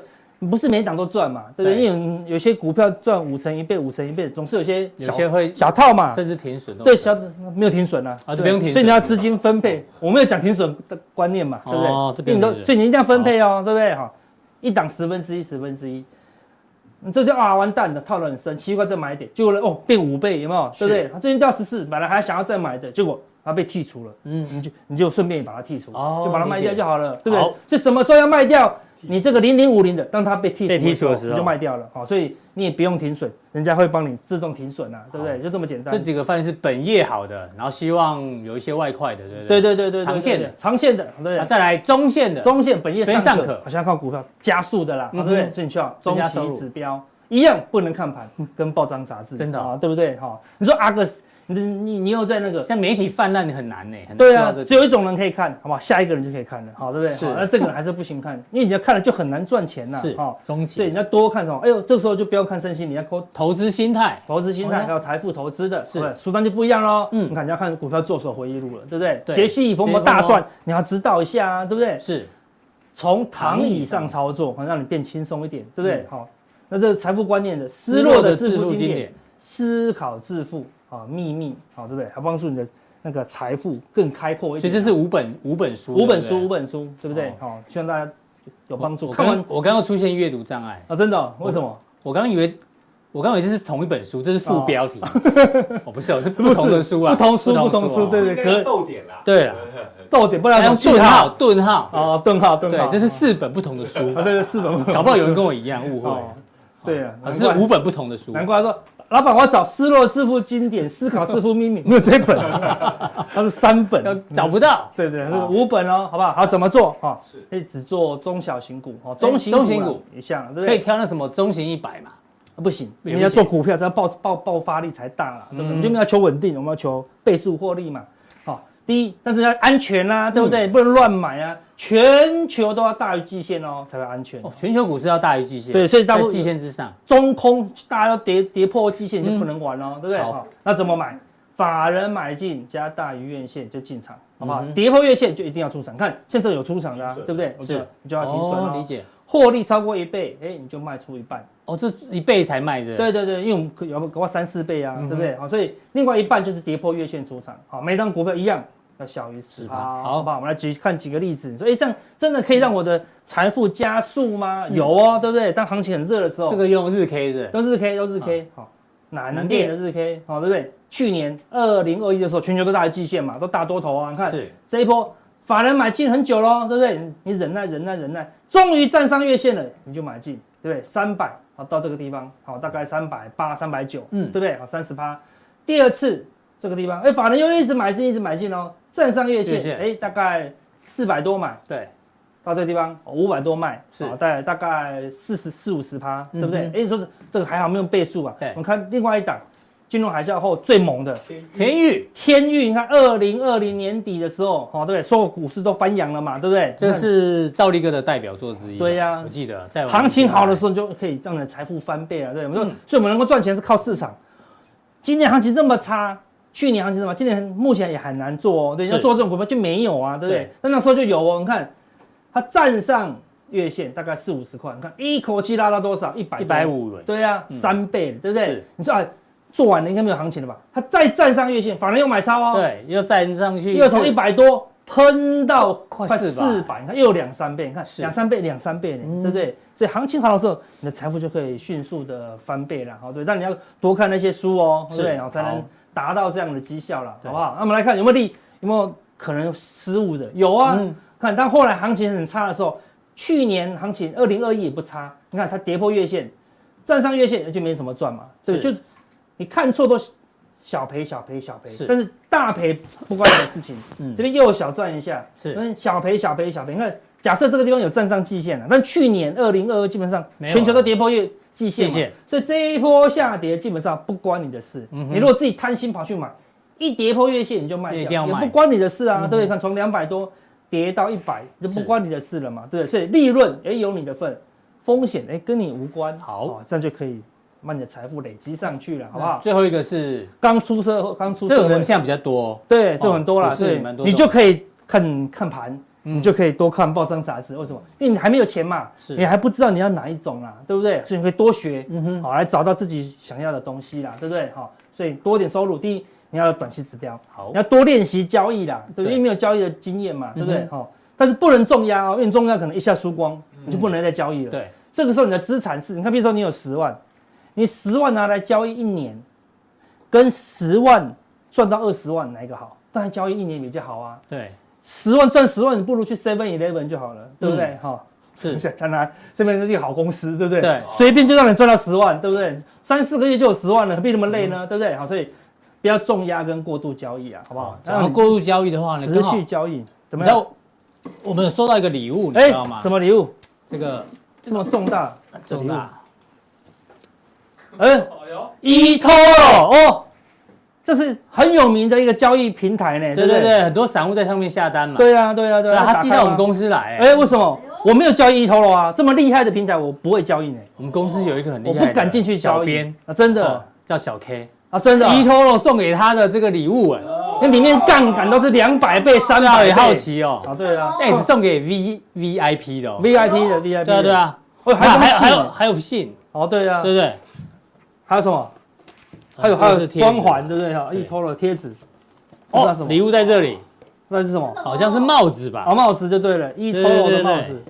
[SPEAKER 1] 不是每一档都赚嘛，对不对？
[SPEAKER 2] 对
[SPEAKER 1] 因为有些股票赚五成一倍、五成一倍，总是有些
[SPEAKER 2] 有
[SPEAKER 1] 小
[SPEAKER 2] 些会
[SPEAKER 1] 小套嘛，
[SPEAKER 2] 甚至停损都有
[SPEAKER 1] 对，小没有停损啊，
[SPEAKER 2] 啊
[SPEAKER 1] 对
[SPEAKER 2] 这不用停损
[SPEAKER 1] 所以你要资金分配，我没有讲停损的观念嘛，对不对？
[SPEAKER 2] 哦这不用
[SPEAKER 1] 你都
[SPEAKER 2] 停损
[SPEAKER 1] 所以你一定要分配哦，对不对？哈，一档十分之一，十分之一。你这就啊完蛋了，套得很深，奇怪再买一点，结果呢哦变五倍，有没有？对不对？它最近掉十四，本来还想要再买的，结果它被剔除了，
[SPEAKER 2] 嗯
[SPEAKER 1] 你就你就顺便也把它剔除，
[SPEAKER 2] 哦
[SPEAKER 1] 就把它卖掉
[SPEAKER 2] 理解
[SPEAKER 1] 就好了，对不对
[SPEAKER 2] 好？
[SPEAKER 1] 所以什么时候要卖掉？你这个零零五零的，让它被剔除
[SPEAKER 2] 被剔除的时候
[SPEAKER 1] 你就卖掉了，好，所以你也不用停损，人家会帮你自动停损啊，
[SPEAKER 2] 哦
[SPEAKER 1] 对不对？就这么简单。
[SPEAKER 2] 这几个范是本业好的，然后希望有一些外快的，对
[SPEAKER 1] 对
[SPEAKER 2] 不对？
[SPEAKER 1] 对对对，对
[SPEAKER 2] 长线的，
[SPEAKER 1] 对长线的，对不
[SPEAKER 2] 啊，
[SPEAKER 1] 对。
[SPEAKER 2] 再来中线的，
[SPEAKER 1] 中线本业
[SPEAKER 2] 非
[SPEAKER 1] 上
[SPEAKER 2] 上
[SPEAKER 1] 可
[SPEAKER 2] 可，
[SPEAKER 1] 好像靠股票加速的啦，对
[SPEAKER 2] 嗯哼
[SPEAKER 1] 不对？所以你需要
[SPEAKER 2] 增
[SPEAKER 1] 中
[SPEAKER 2] 加收入
[SPEAKER 1] 期指标一样不能看盘， 跟报章杂志
[SPEAKER 2] 真的哦
[SPEAKER 1] 啊，对不对？哈，你说阿哥，你你你又在那个。
[SPEAKER 2] 像媒体泛滥很难呢，很难
[SPEAKER 1] 对
[SPEAKER 2] 做到
[SPEAKER 1] 啊
[SPEAKER 2] 这，
[SPEAKER 1] 只有一种人可以看，好不好？下一个人就可以看了，好，对不对？
[SPEAKER 2] 是
[SPEAKER 1] 好，那这个人还是不行看，因为你要看了就很难赚钱呐，
[SPEAKER 2] 是
[SPEAKER 1] 哦，
[SPEAKER 2] 中
[SPEAKER 1] 所以
[SPEAKER 2] 期
[SPEAKER 1] 你要多看什么？哎呦，这个时候就不要看身心，你要抠
[SPEAKER 2] 投资心态，
[SPEAKER 1] 投资心态
[SPEAKER 2] 哦
[SPEAKER 1] 还有财富投资的，
[SPEAKER 2] 是
[SPEAKER 1] 是书单就不一样喽。
[SPEAKER 2] 嗯
[SPEAKER 1] 嗯，你看你要看股票做手回忆录了，对不对
[SPEAKER 2] 对？
[SPEAKER 1] 杰西·冯
[SPEAKER 2] 杰西
[SPEAKER 1] 博
[SPEAKER 2] ·
[SPEAKER 1] 大
[SPEAKER 2] 冯博
[SPEAKER 1] 赚，你要指导一下啊，对不对？
[SPEAKER 2] 是
[SPEAKER 1] 从躺椅上操作，好让你变轻松一点，对不对
[SPEAKER 2] 嗯？
[SPEAKER 1] 好，那这是财富观念的失落的致富经典，，思考致富啊，秘密好，对不对？还帮助你的那个财富更开阔一
[SPEAKER 2] 所
[SPEAKER 1] 点。啊
[SPEAKER 2] 以这是五本五本书，
[SPEAKER 1] 五本书，
[SPEAKER 2] 对不
[SPEAKER 1] 五
[SPEAKER 2] 对
[SPEAKER 1] 本书，对不对
[SPEAKER 2] 哦？
[SPEAKER 1] 好，希望大家有帮助。
[SPEAKER 2] 我
[SPEAKER 1] 看完
[SPEAKER 2] 刚我刚刚出现阅读障碍，
[SPEAKER 1] 啊，真的哦为什么？
[SPEAKER 2] 我刚刚以为我刚刚以为这是同一本书，这是副
[SPEAKER 1] 哦
[SPEAKER 2] 标 题，哦不是，哦是不同的书啊，
[SPEAKER 1] 不同书不同
[SPEAKER 2] 哦
[SPEAKER 1] 书对
[SPEAKER 3] 应该要逗点啦。
[SPEAKER 2] 对啦
[SPEAKER 1] 逗点，不然
[SPEAKER 2] 还用
[SPEAKER 1] 句
[SPEAKER 2] 顿号哎顿号，
[SPEAKER 1] 哦，顿号顿
[SPEAKER 2] 对
[SPEAKER 1] 号，，
[SPEAKER 2] 这是四本不同 的书，
[SPEAKER 1] 啊，对对，四本，
[SPEAKER 2] 搞不好有人跟我一样误会
[SPEAKER 1] 哦，对啊，
[SPEAKER 2] 啊，
[SPEAKER 1] 难
[SPEAKER 2] 是
[SPEAKER 1] 怪
[SPEAKER 2] 五本不同的书，
[SPEAKER 1] 难怪他说，老板，我要找《失落致富经典》《思考致富秘密》，没有这一 本，它是三本
[SPEAKER 2] 要，找不到，
[SPEAKER 1] 对对，
[SPEAKER 2] 好
[SPEAKER 1] 是五本哦，好不好？好，怎么做啊？
[SPEAKER 3] 是
[SPEAKER 1] 可以只做中小型股哦，中型
[SPEAKER 2] 哎中型股
[SPEAKER 1] 股啦也像了，对不
[SPEAKER 2] 可以
[SPEAKER 1] 对？
[SPEAKER 2] 挑那什么中型一百嘛，
[SPEAKER 1] 啊不行，
[SPEAKER 2] 也不
[SPEAKER 1] 你要
[SPEAKER 2] 行
[SPEAKER 1] 做股票，只要爆爆爆发力才大啦，对不对？
[SPEAKER 2] 嗯
[SPEAKER 1] 我们就没有要求稳定，我们要求倍数获利嘛。好，第一，但是要安全啦，对不对？
[SPEAKER 2] 嗯
[SPEAKER 1] 不能乱买啊，全球都要大于季线哦，才会安全。
[SPEAKER 2] 哦，全球股市要大于季线，
[SPEAKER 1] 对所以大
[SPEAKER 2] 在
[SPEAKER 1] 部
[SPEAKER 2] 季线之上，
[SPEAKER 1] 中空大家都跌跌破季线就不能玩哦，对不对？
[SPEAKER 2] 嗯好
[SPEAKER 1] 好，那怎么买？法人买进加大于院线就进场，好不好？
[SPEAKER 2] 嗯哼
[SPEAKER 1] 跌破月线就一定要出场。看现在有出场的、啊
[SPEAKER 3] 停，损
[SPEAKER 1] 对不对？
[SPEAKER 2] 是
[SPEAKER 1] 我就你就要停损
[SPEAKER 2] 理
[SPEAKER 1] 哦。
[SPEAKER 2] 解，
[SPEAKER 1] 获利超过一倍，哎，你就卖出一半。
[SPEAKER 2] 哦，这一倍才卖这，
[SPEAKER 1] 对对对，因为我们可有搞到三四倍啊，
[SPEAKER 2] 嗯哼
[SPEAKER 1] 对不对？好，所以另外一半就是跌破月线出场。好，每张股票一样要小于十
[SPEAKER 2] 10%
[SPEAKER 1] 趴，
[SPEAKER 2] 好
[SPEAKER 1] 好不好？我们来举看几个例子。你说，哎，这样真的可以让我的财富加速吗？
[SPEAKER 2] 嗯
[SPEAKER 1] 有哦，对不对？当行情很热的时候，
[SPEAKER 2] 这个用日 K 是
[SPEAKER 1] 都是 K，都是 K，好、
[SPEAKER 2] 南
[SPEAKER 1] 南
[SPEAKER 2] 电
[SPEAKER 1] 电的日 K，好、对不对？去年二零二一的时候，全球都大于季线嘛，都大多头啊。你看
[SPEAKER 2] 是
[SPEAKER 1] 这一波，法人买进很久喽，对不对？你忍耐、忍耐、忍耐，终于站上月线了，你就买进，对不对？三百，好到这个地方，好大概三百八、三百九，
[SPEAKER 2] 嗯
[SPEAKER 1] 嗯，对不对？好三十趴。第二次这个地方，哎，法人又一直买进，一直买进哦，站上月
[SPEAKER 2] 月线
[SPEAKER 1] 线，哎，大概四百多买。
[SPEAKER 2] 对，
[SPEAKER 1] 到这个地方哦五百多卖，
[SPEAKER 2] 是
[SPEAKER 1] 好，大概大概四十四五十趴，对不对？
[SPEAKER 2] 嗯
[SPEAKER 1] 哎、你说这个还好没有倍数啊。
[SPEAKER 2] 对
[SPEAKER 1] 我们看另外一档金融海啸后最猛的
[SPEAKER 2] 田玉
[SPEAKER 1] 天域，你看二零二零年底的时候，好、对不对？所有股市都翻扬了嘛，对不对？
[SPEAKER 2] 这是赵力哥的代表作之一嘛。
[SPEAKER 1] 对呀
[SPEAKER 2] 我记得在
[SPEAKER 1] 那
[SPEAKER 2] 我们
[SPEAKER 1] 行情好的时候，
[SPEAKER 2] 候，
[SPEAKER 1] 你就可以让你的财富翻倍啊，对不对？我们
[SPEAKER 2] 嗯
[SPEAKER 1] 说，所以我们能够赚钱是靠市场。今年行情这么差，去年行情这么差，今年目前也很难做哦。对，
[SPEAKER 2] 是
[SPEAKER 1] 要做这种股票就没有啊，对不对
[SPEAKER 2] 对？
[SPEAKER 1] 但那时候就有哦，你看它站上月线大概四五十块，你看一口气拉到多少？一百
[SPEAKER 2] 一百，五尾，
[SPEAKER 1] 对啊，
[SPEAKER 2] 嗯
[SPEAKER 1] 三倍，对不对
[SPEAKER 2] 是？
[SPEAKER 1] 你说啊，做完了应该没有行情了吧？它再站上月线，反而又买超哦，
[SPEAKER 2] 对，又站上去，
[SPEAKER 1] 又从一百多喷到
[SPEAKER 2] 快
[SPEAKER 1] 快
[SPEAKER 2] 400
[SPEAKER 1] 四百，你看又两三倍，你看
[SPEAKER 2] 是
[SPEAKER 1] 两三倍，两三倍呢，
[SPEAKER 2] 嗯
[SPEAKER 1] 对不对？所以行情好的时候，你的财富就可以迅速的翻倍了，好对。但你要多看那些书哦，对
[SPEAKER 2] 是
[SPEAKER 1] 不对？然后才
[SPEAKER 2] 好
[SPEAKER 1] 能达到这样的绩效了，
[SPEAKER 2] 对
[SPEAKER 1] 好不好？那我们来看有没有利，有没有可能失误的？有啊，
[SPEAKER 2] 嗯
[SPEAKER 1] 看，但后来行情很差的时候，去年行情二零二一也不差，你看它跌破月线，站上月线就没什么赚嘛，对，
[SPEAKER 2] 是
[SPEAKER 1] 就你看错都小赔小赔小赔
[SPEAKER 2] 是，
[SPEAKER 1] 但是大赔不关你的事情，
[SPEAKER 2] 嗯
[SPEAKER 1] 这边又小赚一下，
[SPEAKER 2] 是
[SPEAKER 1] 因为小赔小赔小赔，你看假设这个地方有站上季线了，但去年二零二二基本上
[SPEAKER 2] 没有啊
[SPEAKER 1] 全球都跌破月季线嘛
[SPEAKER 2] 季线，
[SPEAKER 1] 所以这一波下跌基本上不关你的事，
[SPEAKER 2] 嗯哼
[SPEAKER 1] 你如果自己贪心跑去买。一跌破月线你就卖
[SPEAKER 2] 一
[SPEAKER 1] 掉，
[SPEAKER 2] 定要
[SPEAKER 1] 也
[SPEAKER 2] 卖
[SPEAKER 1] 不关你的事啊，对
[SPEAKER 2] 嗯
[SPEAKER 1] 不对？看从两百多跌到一百就不
[SPEAKER 2] 是
[SPEAKER 1] 关你的事了嘛，对不对？所以利润也有你的份，风险哎跟你无关，哦
[SPEAKER 2] 好
[SPEAKER 1] 这样就可以把你的财富累积上去了，好不
[SPEAKER 2] 那
[SPEAKER 1] 好？
[SPEAKER 2] 嗯最后一个是
[SPEAKER 1] 刚出社会，刚出
[SPEAKER 2] 这
[SPEAKER 1] 社
[SPEAKER 2] 种人
[SPEAKER 1] 会，
[SPEAKER 2] 现在比较多哦，
[SPEAKER 1] 对，这种很多
[SPEAKER 2] 哦
[SPEAKER 1] 啦，
[SPEAKER 2] 是
[SPEAKER 1] 对
[SPEAKER 2] 蛮多，
[SPEAKER 1] 你
[SPEAKER 2] 种
[SPEAKER 1] 就可以看看盘，
[SPEAKER 2] 嗯
[SPEAKER 1] 你就可以多看报章杂志，为什么？因为你还没有钱嘛，
[SPEAKER 2] 是
[SPEAKER 1] 你还不知道你要哪一种啦，对不对？所以你可以多学，
[SPEAKER 2] 嗯哼，
[SPEAKER 1] 好来找到自己想要的东西啦，对不对？好，所以多点收入，第一你要有短期指标。
[SPEAKER 2] 好
[SPEAKER 1] 你，要多练习交易啦，对不
[SPEAKER 2] 对
[SPEAKER 1] 对？因为没有交易的经验嘛，对不对
[SPEAKER 2] 嗯？
[SPEAKER 1] 好、但是不能重压哦，因为你重压可能一下输光，你就不能再交易了。，
[SPEAKER 2] 对，
[SPEAKER 1] 这个时候你的资产是，你看，比如说你有十万，你十万拿来交易一年，跟十万赚到二十万哪一个好？当然交易一年比较好啊。
[SPEAKER 2] 对，
[SPEAKER 1] 十万赚十万，你不如去 Seven Eleven 就好了，对不对？哈、
[SPEAKER 2] 嗯是
[SPEAKER 1] 你， 想看它这边是一个好公司，对不对？
[SPEAKER 2] 对
[SPEAKER 1] 随便就让你赚到十万，对不对？三四个月就有十万了，何必那么
[SPEAKER 2] 嗯
[SPEAKER 1] 累呢？对不对？好，所以不要重压跟过度交易啊，好不好
[SPEAKER 2] 哦？然后过度交易的话呢，
[SPEAKER 1] 持
[SPEAKER 2] 刚好
[SPEAKER 1] 续交易怎
[SPEAKER 2] 你
[SPEAKER 1] 么
[SPEAKER 2] 知
[SPEAKER 1] 样？
[SPEAKER 2] 道我们有收到一个礼物，你
[SPEAKER 1] 哎
[SPEAKER 2] 知道吗？
[SPEAKER 1] 什么礼物
[SPEAKER 2] 这个
[SPEAKER 1] 这么重大？
[SPEAKER 2] 重大
[SPEAKER 1] 哎，
[SPEAKER 2] eToro，
[SPEAKER 1] 哦，这是很有名的一个交易平台呢，
[SPEAKER 2] 对
[SPEAKER 1] 不
[SPEAKER 2] 对？对，很多散户在上面下单嘛，
[SPEAKER 1] 对啊，对啊，对
[SPEAKER 2] 对
[SPEAKER 1] 啊
[SPEAKER 2] 啊，，他
[SPEAKER 1] 打
[SPEAKER 2] 寄
[SPEAKER 1] 开
[SPEAKER 2] 到我
[SPEAKER 1] 吗
[SPEAKER 2] 们。公司来，
[SPEAKER 1] 哎，为什么
[SPEAKER 4] 哎呦
[SPEAKER 1] 我没有交易 eToro 啊？这么厉害的平台，我不会交易呢，
[SPEAKER 2] 我们公司有一个很厉
[SPEAKER 1] 我
[SPEAKER 2] 害的
[SPEAKER 1] 不敢进去
[SPEAKER 2] 小
[SPEAKER 1] 交易
[SPEAKER 2] 编，
[SPEAKER 1] 啊！真
[SPEAKER 2] 哦
[SPEAKER 1] 的
[SPEAKER 2] 叫小 K，
[SPEAKER 1] 啊，真的啊。
[SPEAKER 2] eToro 送给他的这个礼物，哎，
[SPEAKER 3] 哦
[SPEAKER 1] 那里面杠杆都是两百倍、三
[SPEAKER 2] 大家
[SPEAKER 1] 百倍。
[SPEAKER 2] 也好奇哦，
[SPEAKER 1] 啊，对啊
[SPEAKER 2] 哎，是送给 V VIP 的哦，
[SPEAKER 1] ，VIP 的 VIP，
[SPEAKER 2] 对啊对，啊，
[SPEAKER 1] 哦，还有
[SPEAKER 2] 还有还
[SPEAKER 1] 还
[SPEAKER 2] 有
[SPEAKER 1] 有，
[SPEAKER 2] 还有信，
[SPEAKER 1] 哦，对啊，
[SPEAKER 2] 对不对？
[SPEAKER 1] 还有什么？
[SPEAKER 2] 啊
[SPEAKER 1] 还有
[SPEAKER 2] 这个
[SPEAKER 1] 还
[SPEAKER 2] 是
[SPEAKER 1] 有
[SPEAKER 2] 贴纸
[SPEAKER 1] 光环，对不哦对？哈
[SPEAKER 2] 对
[SPEAKER 1] ，eToro 贴纸，不知道什
[SPEAKER 2] 哦，
[SPEAKER 1] 么
[SPEAKER 2] 礼物在这里，
[SPEAKER 1] 那是什么？
[SPEAKER 2] 好像是
[SPEAKER 4] 哦
[SPEAKER 2] 帽子吧
[SPEAKER 1] 啊，？帽子就对了，eToro 的帽子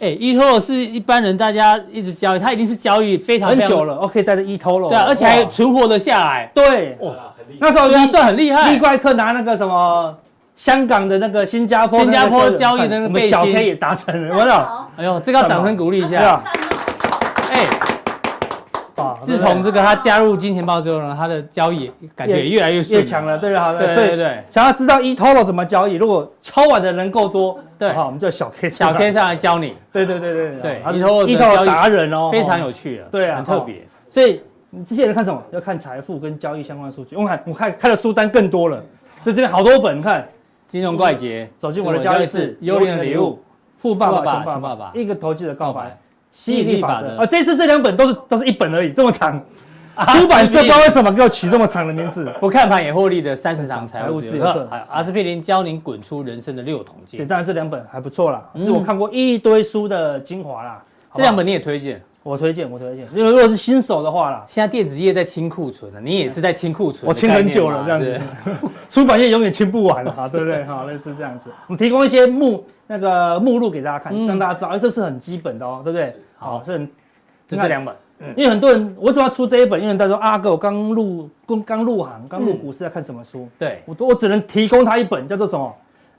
[SPEAKER 2] 哎，eToro 是一般人大家一直交易，他一定是交易非常
[SPEAKER 1] 很
[SPEAKER 2] 非常
[SPEAKER 1] 久了，OK，戴着 eToro，
[SPEAKER 2] 对啊，而且还
[SPEAKER 1] 哇
[SPEAKER 2] 存活了下来，
[SPEAKER 1] 对，
[SPEAKER 3] 哇，很厉害。
[SPEAKER 1] 那时候
[SPEAKER 2] 对啊，
[SPEAKER 1] 利
[SPEAKER 2] 算很厉害
[SPEAKER 1] 利。怪客拿那个什么香港的那个新加坡
[SPEAKER 2] 新加坡
[SPEAKER 1] 那个
[SPEAKER 2] 交易的那个
[SPEAKER 1] 我
[SPEAKER 2] 背
[SPEAKER 1] 们
[SPEAKER 2] 心
[SPEAKER 1] 小 K 也达成了，我操，
[SPEAKER 4] 好，
[SPEAKER 2] 哎呦，这个要掌声鼓励一
[SPEAKER 1] 对
[SPEAKER 2] 下
[SPEAKER 1] 啊。
[SPEAKER 4] 赞哦
[SPEAKER 2] 哎，
[SPEAKER 1] 哇
[SPEAKER 2] 自
[SPEAKER 1] 对
[SPEAKER 2] 从
[SPEAKER 1] 不
[SPEAKER 2] 这个他加入金钱豹之后呢，他的交易感觉也越来越
[SPEAKER 1] 对
[SPEAKER 2] 顺
[SPEAKER 1] 越强。了，对啊，
[SPEAKER 2] 对对
[SPEAKER 1] 所
[SPEAKER 2] 对
[SPEAKER 1] 以
[SPEAKER 2] 对，
[SPEAKER 1] 想要知道 eToro 怎么交易，如果敲碗的人够多，
[SPEAKER 2] 对
[SPEAKER 1] 好，我们叫小 K 出来
[SPEAKER 2] 小 K 上来教你，
[SPEAKER 1] 对对对对
[SPEAKER 2] 对
[SPEAKER 1] 他是
[SPEAKER 2] eToro 的
[SPEAKER 1] eToro
[SPEAKER 2] 交易
[SPEAKER 1] 达人哦，
[SPEAKER 2] 非常
[SPEAKER 1] 哦。
[SPEAKER 2] 有趣了，
[SPEAKER 1] 对啊
[SPEAKER 2] 很特别。
[SPEAKER 1] 所以你这些人看什么？要看财富跟交易相关的数据。我看我看看的书单更多了，所以这边好多本，你看
[SPEAKER 2] 金融怪
[SPEAKER 1] 嗯
[SPEAKER 2] 杰，
[SPEAKER 1] 走进我的交易室
[SPEAKER 2] 幽灵的礼物，
[SPEAKER 1] 《富爸
[SPEAKER 2] 富爸爸
[SPEAKER 1] 爸穷
[SPEAKER 2] 穷
[SPEAKER 1] 爸
[SPEAKER 2] 爸
[SPEAKER 1] 爸
[SPEAKER 2] 爸》
[SPEAKER 1] 一个投机的告白，
[SPEAKER 2] 吸
[SPEAKER 1] 吸
[SPEAKER 2] 引
[SPEAKER 1] 引
[SPEAKER 2] 力
[SPEAKER 1] 力
[SPEAKER 2] 法
[SPEAKER 1] 法
[SPEAKER 2] 则
[SPEAKER 1] 则。哦，这次这两本都是都是一本而已，这么长。
[SPEAKER 2] 啊
[SPEAKER 1] 出版社不知道
[SPEAKER 2] RCP
[SPEAKER 1] 为什么给我取这么长的名 字。
[SPEAKER 2] 不看盘也获利的三十堂财
[SPEAKER 1] 财
[SPEAKER 2] 务
[SPEAKER 1] 务
[SPEAKER 2] 自
[SPEAKER 1] 自
[SPEAKER 2] 由
[SPEAKER 1] 由
[SPEAKER 2] 课
[SPEAKER 1] 课，
[SPEAKER 2] 还有 R C P 零教您滚出人生的六桶
[SPEAKER 1] 对，
[SPEAKER 2] 金，
[SPEAKER 1] 当然这两本还不错啦，
[SPEAKER 2] 嗯
[SPEAKER 1] 是我看过一堆书的精华啦。好不好
[SPEAKER 2] 这两本你也推荐。
[SPEAKER 1] 我推荐，我推荐，因为如果是新手的话啦，
[SPEAKER 2] 现在电子业在清库存了，你也是在清库存的
[SPEAKER 1] 我清很久了
[SPEAKER 2] 概念嘛
[SPEAKER 1] 这样子。出版业永远清不完哈， 对不对？哈，类似这样子，我们提供一些目那个目录给大家看，
[SPEAKER 2] 嗯
[SPEAKER 1] 让大家知道，哎，这是很基本的哦，对不对？好，是很，
[SPEAKER 2] 对就这两本，
[SPEAKER 1] 因为很多人为什么要出这一本？因为大家说啊，哥，我刚入刚刚入行，刚入
[SPEAKER 2] 嗯
[SPEAKER 1] 股市要看什么书？
[SPEAKER 2] 对，
[SPEAKER 1] 我我只能提供他一本叫做什么？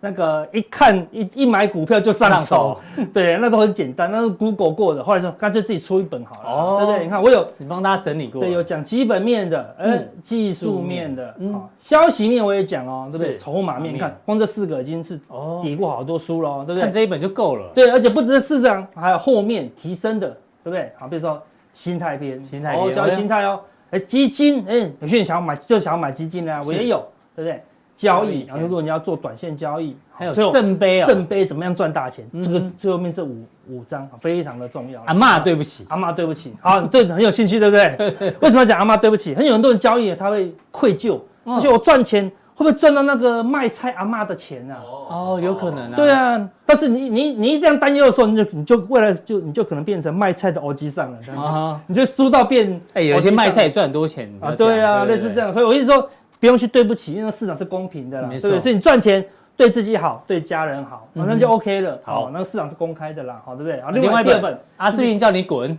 [SPEAKER 1] 那个一看一一买股票就上手， 对，那都很简单，那是 Google 过的。后来说干脆自己出一本好了，
[SPEAKER 2] 哦
[SPEAKER 1] 对不对？你看我有
[SPEAKER 2] 你帮大家整理过了，
[SPEAKER 1] 对，有讲基本面的，呃、
[SPEAKER 2] 嗯
[SPEAKER 1] 技术面的，
[SPEAKER 2] 嗯
[SPEAKER 1] 好消息面我也讲哦，对不对？
[SPEAKER 2] 是
[SPEAKER 1] 筹码面，
[SPEAKER 2] 面
[SPEAKER 1] 你看光这四个已经是
[SPEAKER 2] 哦，
[SPEAKER 1] 抵过好多书了，对不
[SPEAKER 2] 看
[SPEAKER 1] 对？
[SPEAKER 2] 这一本就够了。
[SPEAKER 1] 对，而且不只是市场，还有后面提升的，对不对？好，比如说心态篇，
[SPEAKER 2] 心态篇
[SPEAKER 1] 哦，教
[SPEAKER 2] 哎
[SPEAKER 1] 易心态哦，哎，基金，哎，有些人想要买，就想要买基金啊，
[SPEAKER 2] 是
[SPEAKER 1] 我也有，对不对？交
[SPEAKER 2] 交易
[SPEAKER 1] 易，然后如果你要做短线交易，
[SPEAKER 2] 还有
[SPEAKER 1] 最后
[SPEAKER 2] 圣杯啊，
[SPEAKER 1] 圣杯怎么样赚大钱？
[SPEAKER 2] 嗯
[SPEAKER 1] 这个最后面这五五章非常的重要。
[SPEAKER 2] 阿妈啊对不起，
[SPEAKER 1] 阿妈对不起， 好，你对很有兴趣，对不对？为什么要讲阿妈对不起？很有很多人交易他会愧疚，
[SPEAKER 2] 嗯
[SPEAKER 1] 而且我赚钱会不会赚到那个卖菜阿妈的钱啊？
[SPEAKER 2] 哦，有可能啊，
[SPEAKER 1] 对，啊，但是你你你一这样担忧的时候，你就你就未来就你就可能变成卖菜的欧基上了，
[SPEAKER 2] 啊哈，
[SPEAKER 1] 你就输到变
[SPEAKER 2] 哎，有
[SPEAKER 1] 欧
[SPEAKER 2] 些
[SPEAKER 1] 基上啊
[SPEAKER 2] 卖菜也赚很多钱
[SPEAKER 1] 啊，对啊，类似这，样，所以我一直说不用去对不起，因为市场是公平的啦，
[SPEAKER 2] 没
[SPEAKER 1] 对
[SPEAKER 2] 错
[SPEAKER 1] 不对？所以你赚钱对自己好，对家人好，
[SPEAKER 2] 嗯
[SPEAKER 1] 哦
[SPEAKER 2] 哼
[SPEAKER 1] 那就 OK 了。哦
[SPEAKER 2] 好
[SPEAKER 1] 好，那个市场是公开的啦，好，对不对？好，
[SPEAKER 2] 另外一
[SPEAKER 1] 第二
[SPEAKER 2] 本阿斯林叫你滚，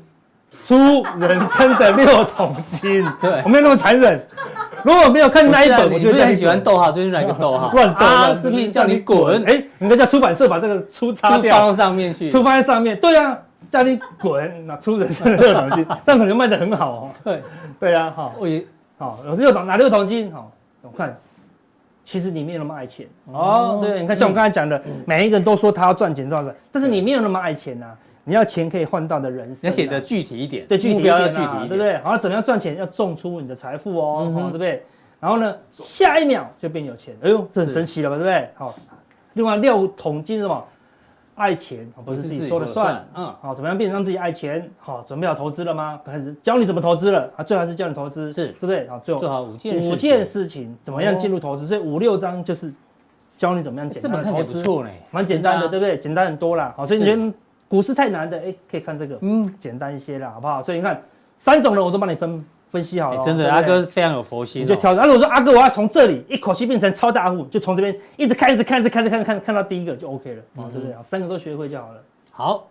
[SPEAKER 1] 出人生的六桶金，
[SPEAKER 2] 对
[SPEAKER 1] 我没有那么残忍。如果没有看那一
[SPEAKER 2] 不是啊
[SPEAKER 1] 本，我
[SPEAKER 2] 你
[SPEAKER 1] 就
[SPEAKER 2] 不是
[SPEAKER 1] 叫你
[SPEAKER 2] 很喜欢逗号，最近来个逗 号，
[SPEAKER 1] 乱斗
[SPEAKER 2] 阿斯林叫你滚，
[SPEAKER 1] 哎，人家叫出版社把这个出擦
[SPEAKER 2] 就
[SPEAKER 1] 掉，
[SPEAKER 2] 放到上面去，
[SPEAKER 1] 出放在上面。对啊，叫你滚，那出人生的六桶 金，这样可能卖的很好哦。
[SPEAKER 2] 对，
[SPEAKER 1] 对啊，好，
[SPEAKER 2] 我也
[SPEAKER 1] 好，有六桶拿六桶金，好，我看，其实你没有那么爱钱哦
[SPEAKER 2] 哦。嗯
[SPEAKER 1] 对，你看像我刚才讲的，每一个人都说他要赚钱赚钱，但是你没有那么爱钱呐、啊你要钱可以换到的人
[SPEAKER 2] 你
[SPEAKER 1] 生、啊
[SPEAKER 2] 要写的。具体一点，
[SPEAKER 1] 对，具体一
[SPEAKER 2] 目标要
[SPEAKER 1] 点
[SPEAKER 2] 具
[SPEAKER 1] 啊，
[SPEAKER 2] 体一
[SPEAKER 1] 对不
[SPEAKER 2] 点，
[SPEAKER 1] 对？好，怎么样赚钱？要种出你的财富哦，
[SPEAKER 2] 嗯哼
[SPEAKER 1] 哦对不对？然后呢，下一秒就变有钱，哎呦，这很
[SPEAKER 2] 是
[SPEAKER 1] 神奇了吧，对不对？好，另外六桶金是什么？爱钱哦不是自己说了算。，
[SPEAKER 2] 嗯，
[SPEAKER 1] 好，怎么样变成让自己爱钱？好，准备好投资了吗？开始教你怎么投资了啊，最好是教你投资，
[SPEAKER 2] 是
[SPEAKER 1] 对不对？好，最后
[SPEAKER 2] 做好五件事情，
[SPEAKER 1] 五件事情怎么样
[SPEAKER 2] 哦
[SPEAKER 1] 进入投资？所以五六章就是教你怎么样简
[SPEAKER 2] 哎这
[SPEAKER 1] 单
[SPEAKER 2] 本
[SPEAKER 1] 的
[SPEAKER 2] 看
[SPEAKER 1] 投
[SPEAKER 2] 起来不
[SPEAKER 1] 资，
[SPEAKER 2] 错呢，
[SPEAKER 1] 蛮简单的，
[SPEAKER 2] 真
[SPEAKER 1] 对不对？简单很多啦。好，所以你
[SPEAKER 2] 是
[SPEAKER 1] 觉得股市太难的，哎，可以看这个。
[SPEAKER 2] 嗯，
[SPEAKER 1] 简单一些啦，好不好？所以你看，三种人我都帮你分分析好
[SPEAKER 2] 哎
[SPEAKER 1] 了哦、
[SPEAKER 2] 真
[SPEAKER 1] 对
[SPEAKER 2] 的，
[SPEAKER 1] 不
[SPEAKER 2] 阿
[SPEAKER 1] 对
[SPEAKER 2] 哥非常有佛心
[SPEAKER 1] 你
[SPEAKER 2] 哦，
[SPEAKER 1] 就挑。那、啊如果说阿哥我要从这里一口气变成超大户，就从这边一直看，一直看，一直看，一直看，看看到第一个就 OK 了，哦
[SPEAKER 2] 嗯哼
[SPEAKER 1] 对不对？好三个都学会就好了。
[SPEAKER 2] 好。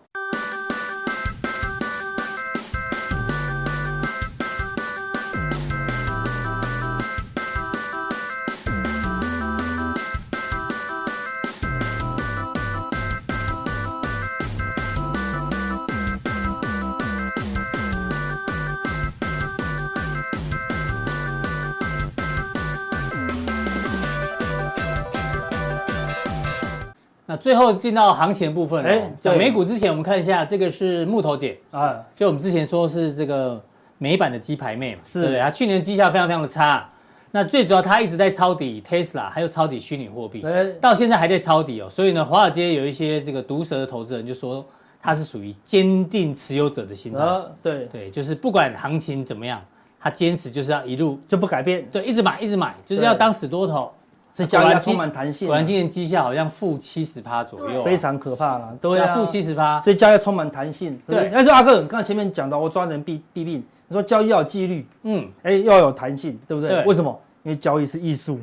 [SPEAKER 2] 那最后进到行情的部分了
[SPEAKER 1] 哎
[SPEAKER 2] 哦。讲
[SPEAKER 1] 对
[SPEAKER 2] 美股之前，我们看一下这个是木头姐，
[SPEAKER 1] 啊，
[SPEAKER 2] 就我们之前说是这个美版的鸡排妹嘛，
[SPEAKER 1] 是
[SPEAKER 2] 对不对？她去年绩效非常非常的差，那最主要她一直在抄底 Tesla，还有抄底虚拟货币，
[SPEAKER 1] 哎，
[SPEAKER 2] 到现在还在抄底哦。所以呢，华尔街有一些这个毒舌的投资人就说，他是属于坚定持有者的心态，
[SPEAKER 1] 啊，对，
[SPEAKER 2] 对，就是不管行情怎么样，他坚持就是要一路
[SPEAKER 1] 就不改变，
[SPEAKER 2] 对一直买一直买，就是要
[SPEAKER 1] 对
[SPEAKER 2] 当死多头。
[SPEAKER 1] 所以交易
[SPEAKER 2] 啊果
[SPEAKER 1] 要
[SPEAKER 2] 然今
[SPEAKER 1] 充满弹性啊，
[SPEAKER 2] 果然今年绩效好像负七十趴左右啊、
[SPEAKER 1] 非常可怕了，对
[SPEAKER 2] 对
[SPEAKER 1] 啊，
[SPEAKER 2] 啊，负七十趴，
[SPEAKER 1] 所以交易要充满弹性。对不对，
[SPEAKER 2] 对
[SPEAKER 1] 但是阿哥，你刚才前面讲到，我抓人弊弊病，你说交易要有纪律，
[SPEAKER 2] 嗯，
[SPEAKER 1] 哎，要有弹性，对不对
[SPEAKER 2] 对？
[SPEAKER 1] 为什么？因为交易是艺术。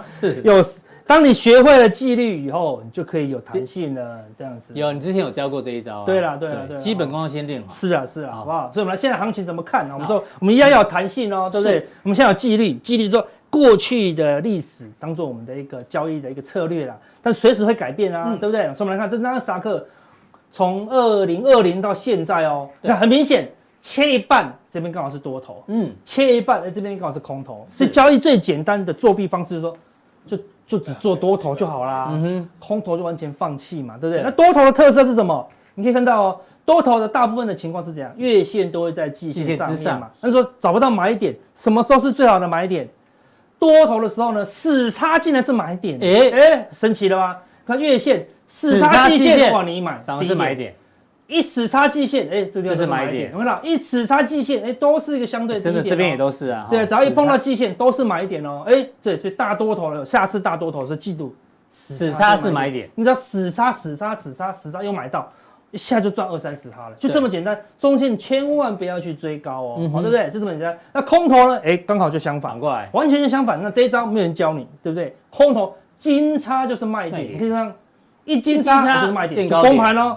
[SPEAKER 2] 是
[SPEAKER 1] 有，当你学会了纪律以后，你就可以有弹性了，这样子。
[SPEAKER 2] 有，你之前有教过这一招啊、
[SPEAKER 1] 对啦对啦对啦
[SPEAKER 2] 基本功要先练好。
[SPEAKER 1] 是啊，是啊，
[SPEAKER 2] 好
[SPEAKER 1] 好不好？所以我们来现在行情怎么看呢？我们
[SPEAKER 2] 好
[SPEAKER 1] 说，我们一样要有弹性哦，对不对
[SPEAKER 2] 是？
[SPEAKER 1] 我们现在有纪律，纪律说过去的历史当做我们的一个交易的一个策略啦，但随时会改变啊，
[SPEAKER 2] 嗯
[SPEAKER 1] 对不对？所以我们来看这纳斯达克从二零二零到现在哦，
[SPEAKER 2] 对
[SPEAKER 1] 那很明显切一半，这边刚好是多头，
[SPEAKER 2] 嗯，
[SPEAKER 1] 切一半，哎，这边刚好是空头。
[SPEAKER 2] 是
[SPEAKER 1] 是交易最简单的作弊方式，就是说就就只做多头就好啦。
[SPEAKER 2] 嗯哼，
[SPEAKER 1] 空头就完全放弃嘛，对不对？
[SPEAKER 2] 对
[SPEAKER 1] 那多头的特色是什么？你可以看到哦，多头的大部分的情况是怎样？月线都会在季
[SPEAKER 2] 季线
[SPEAKER 1] 线
[SPEAKER 2] 之
[SPEAKER 1] 上面
[SPEAKER 2] 上
[SPEAKER 1] 嘛。那说找不到买点，什么时候是最好的买点？多头的时候呢，死叉竟然是买点，
[SPEAKER 2] 诶
[SPEAKER 1] 哎、神奇了吧？看月线死
[SPEAKER 2] 死叉
[SPEAKER 1] 叉季
[SPEAKER 2] 季线
[SPEAKER 1] 线，哇，你买
[SPEAKER 2] 反而是买，点，
[SPEAKER 1] 第一一死叉季线，哎、这个地
[SPEAKER 2] 这
[SPEAKER 1] 方
[SPEAKER 2] 是
[SPEAKER 1] 是
[SPEAKER 2] 买
[SPEAKER 1] 买点，
[SPEAKER 2] 点
[SPEAKER 1] 有没有看到？一死叉季线，哎、都是一个相对低
[SPEAKER 2] 真的
[SPEAKER 1] 点
[SPEAKER 2] 这边
[SPEAKER 1] 哦
[SPEAKER 2] 也都是啊。
[SPEAKER 1] 对，
[SPEAKER 2] 哈
[SPEAKER 1] 只要一碰到
[SPEAKER 2] 死
[SPEAKER 1] 季线都是买点哦。哎，对，所以大多头了，下次大多头是记住，
[SPEAKER 2] 死叉是买点，
[SPEAKER 1] 你只要死杀死杀死杀死杀又买到，一下就赚二三十趴了，就
[SPEAKER 2] 对
[SPEAKER 1] 这么简单。中线千万不要去追高哦，
[SPEAKER 2] 嗯哼
[SPEAKER 1] 好对不对？就这么简单。那空头呢？哎，刚好就相反
[SPEAKER 2] 反，过来，
[SPEAKER 1] 完全就相反。那这一招没有人教你，对不对？空头金叉就是卖
[SPEAKER 2] 卖
[SPEAKER 1] 点，
[SPEAKER 2] 点
[SPEAKER 1] 你可以看一
[SPEAKER 2] 金
[SPEAKER 1] 金
[SPEAKER 2] 叉
[SPEAKER 1] 叉就是卖
[SPEAKER 2] 见
[SPEAKER 1] 点，
[SPEAKER 2] 高
[SPEAKER 1] 就
[SPEAKER 2] 点嗯
[SPEAKER 1] 崩盘喽。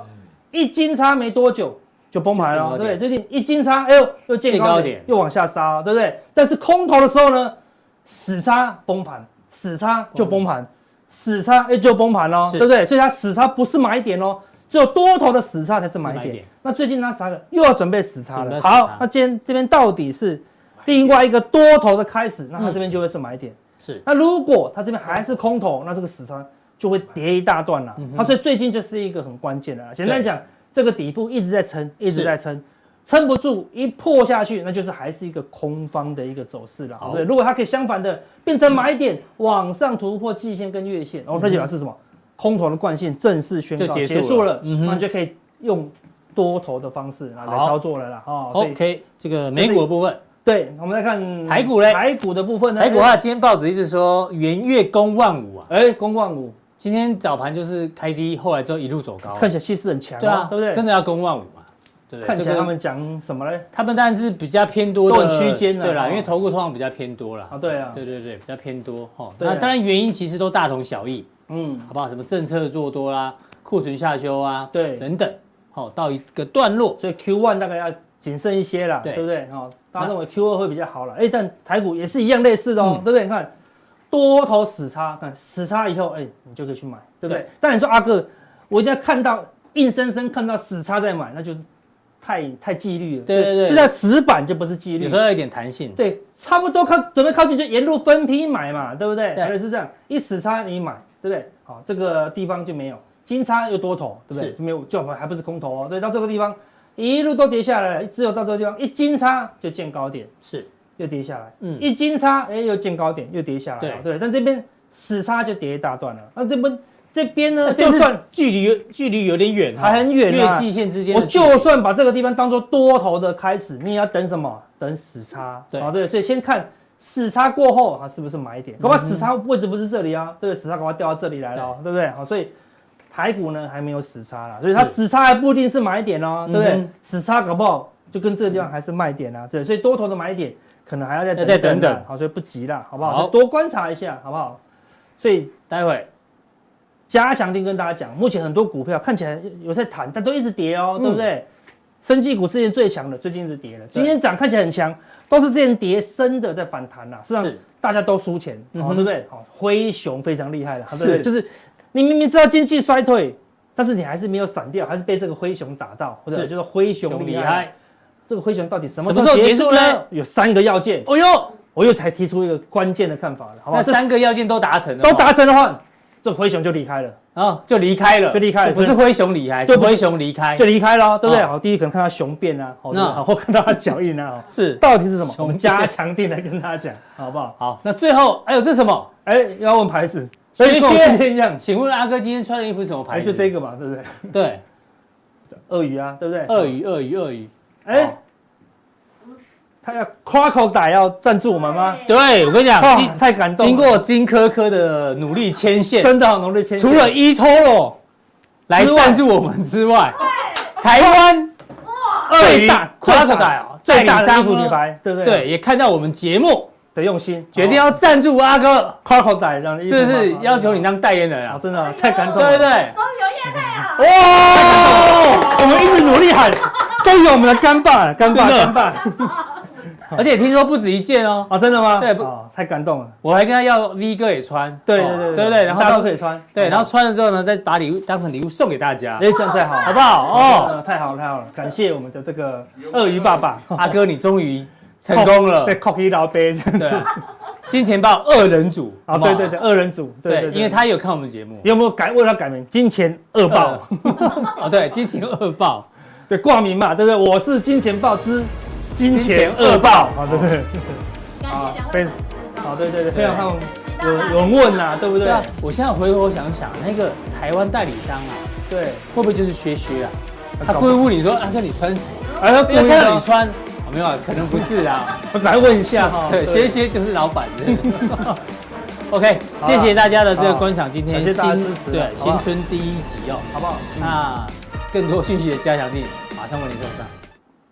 [SPEAKER 1] 一金叉没多久就崩盘
[SPEAKER 2] 就见高
[SPEAKER 1] 了，
[SPEAKER 2] 点
[SPEAKER 1] 对，最近一金叉，哎呦，又见
[SPEAKER 2] 见高
[SPEAKER 1] 高
[SPEAKER 2] 点
[SPEAKER 1] 点，又往下杀，对不对？但是空头的时候呢，死叉崩盘，死叉就崩盘，死叉哎就崩盘喽，
[SPEAKER 2] 是
[SPEAKER 1] 对不对？所以它死叉不是买点哦，只有多头的死叉才是买
[SPEAKER 2] 是买
[SPEAKER 1] 点
[SPEAKER 2] 点。
[SPEAKER 1] 那最近它啥个又要准备死叉
[SPEAKER 2] 准备
[SPEAKER 1] 了，
[SPEAKER 2] 死叉
[SPEAKER 1] 好，那今天这边到底是另外一个多头的开始，那
[SPEAKER 2] 嗯
[SPEAKER 1] 它这边就会是买点。
[SPEAKER 2] 是
[SPEAKER 1] 那如果它这边还是空头，那这个死叉就会跌一大段了
[SPEAKER 2] 嗯。哼
[SPEAKER 1] 那所以最近就是一个很关键的啦。简单讲，这个底部一直在撑，一
[SPEAKER 2] 是
[SPEAKER 1] 直在撑，撑不住一破下去，那就是还是一个空方的一个走势了
[SPEAKER 2] 好。
[SPEAKER 1] 对，如果它可以相反的变成买点，往上突破季线跟月线，哦，那就表示什么？空头的惯性正式宣告
[SPEAKER 2] 嗯就结束
[SPEAKER 1] 结束
[SPEAKER 2] 了
[SPEAKER 1] 了，
[SPEAKER 2] 嗯哼
[SPEAKER 1] 那你就可以用多头的方式啊来
[SPEAKER 2] 好
[SPEAKER 1] 操作了啦。哦，所以
[SPEAKER 2] OK。这个美股的部分，
[SPEAKER 1] 对，我们来看
[SPEAKER 2] 台股嘞
[SPEAKER 1] 台股的部分呢？
[SPEAKER 2] 台股的啊话，今天报纸一直说元月攻万五啊，
[SPEAKER 1] 哎，公冠股。
[SPEAKER 2] 今天早盘就是开低，后来之后一路走高啊，
[SPEAKER 1] 看起来气势很强、哦，
[SPEAKER 2] 对啊，
[SPEAKER 1] 对不对？
[SPEAKER 2] 真的要攻万五嘛，对不对？
[SPEAKER 1] 看起来
[SPEAKER 2] 这个
[SPEAKER 1] 他们讲什么嘞？
[SPEAKER 2] 他们当然是比较偏多的
[SPEAKER 1] 都很区间啊
[SPEAKER 2] 对啦，
[SPEAKER 1] 哦
[SPEAKER 2] 因为投顾通常比较偏多啦
[SPEAKER 1] 啊，，对啊，
[SPEAKER 2] 对对对，比较偏多哈。
[SPEAKER 1] 对啊
[SPEAKER 2] 那当然原因其实都大同小异，
[SPEAKER 1] 嗯，
[SPEAKER 2] 好不好？什么政策做多啦，库存下修啊，
[SPEAKER 1] 对
[SPEAKER 2] 等等，好、到一个段落，
[SPEAKER 1] 所以 Q one 大概要谨慎一些啦，
[SPEAKER 2] 对
[SPEAKER 1] 对不对？哦，大家认为 Q 二会比较好了，哎，但台股也是一样类似的哦，
[SPEAKER 2] 嗯
[SPEAKER 1] 对不对？你看多头死叉，看死叉以后，哎，你就可以去买，对不对
[SPEAKER 2] 对？
[SPEAKER 1] 但你说阿啊哥，我一定要看到硬生生看到死叉再买，那就太太纪律了，
[SPEAKER 2] 对对对
[SPEAKER 1] 这叫死板就不是纪律
[SPEAKER 2] 有时。候要一点弹性，
[SPEAKER 1] 对，差不多靠准备靠近就沿路分批买嘛，对不对？
[SPEAKER 2] 对
[SPEAKER 1] 还是这样，一死叉你买，对不对？好，这个地方就没有金叉又多头，对不对？
[SPEAKER 2] 是
[SPEAKER 1] 就没有，就还不是空头哦。对，到这个地方一路都跌下来了，只有到这个地方一金叉哎就见高点，
[SPEAKER 2] 是
[SPEAKER 1] 又跌下来，
[SPEAKER 2] 嗯
[SPEAKER 1] 一金叉哎又见高点又跌下来了，
[SPEAKER 2] 对
[SPEAKER 1] 对不对。但这边死叉就跌一大段了，那这边这边呢，
[SPEAKER 2] 这
[SPEAKER 1] 就算
[SPEAKER 2] 算距离有距离有点远哦，
[SPEAKER 1] 还很远
[SPEAKER 2] 月
[SPEAKER 1] 啊
[SPEAKER 2] 季线之间
[SPEAKER 1] 我
[SPEAKER 2] 的距离，
[SPEAKER 1] 就算把这个地方当做多头的开始，你也要等什么？等死叉。
[SPEAKER 2] 对嗯
[SPEAKER 1] 啊，对，所以先看死叉过后啊，是不是买点？搞不好死叉位置不是这里啊，对不对？死叉搞不好掉到这里来了哦，对不对？好，所以台股呢还没有死叉啦，所以它
[SPEAKER 2] 是
[SPEAKER 1] 死叉还不一定是买点哦，对不
[SPEAKER 2] 嗯
[SPEAKER 1] 对
[SPEAKER 2] 哼？
[SPEAKER 1] 死叉搞不好就跟这个地方还是卖点啊，对，所以多头的买点可能还要再
[SPEAKER 2] 要再等
[SPEAKER 1] 等啊
[SPEAKER 2] 等，
[SPEAKER 1] 好，所以不急啦，好不
[SPEAKER 2] 好
[SPEAKER 1] 好？多观察一下，好不好？所以
[SPEAKER 2] 待会
[SPEAKER 1] 加强定跟大家讲，目前很多股票看起来有在弹，但都一直跌哦，
[SPEAKER 2] 嗯
[SPEAKER 1] 对不对？生技股之前最强的，最近一直跌了，今天涨看起来很强，都是之前跌深的在反弹啦、啊是让
[SPEAKER 2] 是
[SPEAKER 1] 大家都输钱，
[SPEAKER 2] 嗯
[SPEAKER 1] 哦，
[SPEAKER 2] 哼
[SPEAKER 1] 对不对？好、灰熊非常厉害了，对不
[SPEAKER 2] 是
[SPEAKER 1] 对？就是你明明知道经济衰退，但是你还是没有闪掉，还是被这个灰熊打到，或者
[SPEAKER 2] 是
[SPEAKER 1] 就是灰熊
[SPEAKER 2] 熊
[SPEAKER 1] 厉
[SPEAKER 2] 厉
[SPEAKER 1] 害。
[SPEAKER 2] 害，
[SPEAKER 1] 这个灰熊到底什么
[SPEAKER 2] 什
[SPEAKER 1] 时
[SPEAKER 2] 么
[SPEAKER 1] 候
[SPEAKER 2] 时候
[SPEAKER 1] 结束
[SPEAKER 2] 结束
[SPEAKER 1] 呢
[SPEAKER 2] 呢？
[SPEAKER 1] 有三个要件，
[SPEAKER 2] 哦呦，
[SPEAKER 1] 我又才提出一个关键的看法了，好不好？
[SPEAKER 2] 那三个要件都达成了哦，
[SPEAKER 1] 都达成的话，这个灰熊就离开了。
[SPEAKER 2] 啊，就离开了，
[SPEAKER 1] 就离开了
[SPEAKER 2] 不是灰熊离开，
[SPEAKER 1] 就是
[SPEAKER 2] 灰熊离开
[SPEAKER 1] 就，离开了，对不对？
[SPEAKER 2] 哦
[SPEAKER 1] 好，第一可能看到熊变啊，好，
[SPEAKER 2] 那
[SPEAKER 1] 好，或看到它脚印啊，哦
[SPEAKER 2] 是
[SPEAKER 1] 到底是什么？我
[SPEAKER 2] 熊
[SPEAKER 1] 们加强定来跟大家讲，好不好？
[SPEAKER 2] 好。那最后，哎呦，这什么？
[SPEAKER 1] 哎，要问牌子，
[SPEAKER 2] 学
[SPEAKER 1] 哎跟我
[SPEAKER 2] 学
[SPEAKER 1] 今天一样，
[SPEAKER 2] 请问阿哥今天穿的衣服是什么牌
[SPEAKER 1] 哎，
[SPEAKER 2] 子？
[SPEAKER 1] 就这个嘛，对不对？
[SPEAKER 2] 对，
[SPEAKER 1] 鳄鱼啊，对不对？
[SPEAKER 2] 鳄，鱼，哦鳄鱼，鳄鱼。
[SPEAKER 1] 哎，他要 crocodile 要赞助我们吗？
[SPEAKER 2] 对，我跟你讲，
[SPEAKER 1] 哇
[SPEAKER 2] 哎经，
[SPEAKER 1] 太感哦动了，
[SPEAKER 2] 经过金科科的努力牵线，
[SPEAKER 1] 真的好浓烈牵线，
[SPEAKER 2] 除了 eToro 来赞助我们之外，台湾鳄
[SPEAKER 1] 最
[SPEAKER 2] 鱼
[SPEAKER 1] 大
[SPEAKER 2] crocodile
[SPEAKER 1] 最大的衣服
[SPEAKER 2] 代理商呢
[SPEAKER 1] 品牌，对不对？
[SPEAKER 2] 对也看到我们节目，
[SPEAKER 1] 的用心，哦
[SPEAKER 2] 决定要赞助阿哥，
[SPEAKER 1] crocodile 让
[SPEAKER 2] 是不是要求你当代言人
[SPEAKER 1] 啊，
[SPEAKER 2] 啊？
[SPEAKER 1] 真的啊太感动
[SPEAKER 2] 对
[SPEAKER 1] 了，
[SPEAKER 2] 不对？
[SPEAKER 4] 哎
[SPEAKER 2] 哦
[SPEAKER 4] 终于有业配啊！
[SPEAKER 1] 哦
[SPEAKER 2] 哇！
[SPEAKER 1] 我们一直努力喊，终于我们的干爸了，干爸，
[SPEAKER 2] 真的
[SPEAKER 1] 干爸。
[SPEAKER 2] 而且听说不止一件哦，
[SPEAKER 1] 啊，真的吗？
[SPEAKER 2] 对不
[SPEAKER 1] 哦太感动了。
[SPEAKER 2] 我还跟他要 V 哥也穿，
[SPEAKER 1] 对
[SPEAKER 2] 哦
[SPEAKER 1] 对对
[SPEAKER 2] 对不对？然后
[SPEAKER 1] 大家都
[SPEAKER 2] 到
[SPEAKER 1] 可以穿。
[SPEAKER 2] 对，然后穿了之后呢，再把礼物当成礼物送给大家
[SPEAKER 1] 哎，，这样太好，
[SPEAKER 2] 好
[SPEAKER 1] 好
[SPEAKER 2] 不好？哦，
[SPEAKER 1] 哦，太好了，太好了，感谢我们的这个鳄鱼 爸爸
[SPEAKER 2] 阿哥你终于成功 了
[SPEAKER 1] 被，cocky 老杯这样
[SPEAKER 2] 对
[SPEAKER 1] 子。
[SPEAKER 2] 啊，金钱豹二人组，
[SPEAKER 1] 啊，
[SPEAKER 2] 好不好
[SPEAKER 1] 对对对，二人组，对对
[SPEAKER 2] 对，
[SPEAKER 1] 对，
[SPEAKER 2] 因为他也有看我们节目，
[SPEAKER 1] 有没有改为了改名金钱恶
[SPEAKER 2] 豹
[SPEAKER 1] 报？
[SPEAKER 2] 哦，对，金钱恶报，
[SPEAKER 1] 对，挂名嘛，对不对？我是金钱豹之金钱
[SPEAKER 2] 金钱
[SPEAKER 1] 恶
[SPEAKER 2] 恶
[SPEAKER 1] 报
[SPEAKER 2] 报，
[SPEAKER 1] 好，对对，
[SPEAKER 4] 感谢两位粉丝
[SPEAKER 1] 好，
[SPEAKER 4] 哦，
[SPEAKER 1] 对对对，非常好。有
[SPEAKER 4] 对
[SPEAKER 1] 有人问呐，对不
[SPEAKER 2] 啊对
[SPEAKER 1] 对
[SPEAKER 2] 啊？，我现在回头想想，那个台湾代理商啊，
[SPEAKER 1] 对，
[SPEAKER 2] 会不会就是薛薛啊？他不会问你说阿哥你穿什么？
[SPEAKER 1] 哎，要
[SPEAKER 2] 因为看到
[SPEAKER 1] 你
[SPEAKER 2] 你穿，哦没有啊，可能不是啊，
[SPEAKER 1] 我来问一下哈。
[SPEAKER 2] 对，薛薛就是老板 的。OK，谢谢大家的这个观赏，今天
[SPEAKER 1] 感谢大家支持啊嗯
[SPEAKER 2] 对
[SPEAKER 1] 好不好
[SPEAKER 2] 新春第一集哦，
[SPEAKER 1] 好不好？
[SPEAKER 2] 那更多讯息的加强力马上为您送上。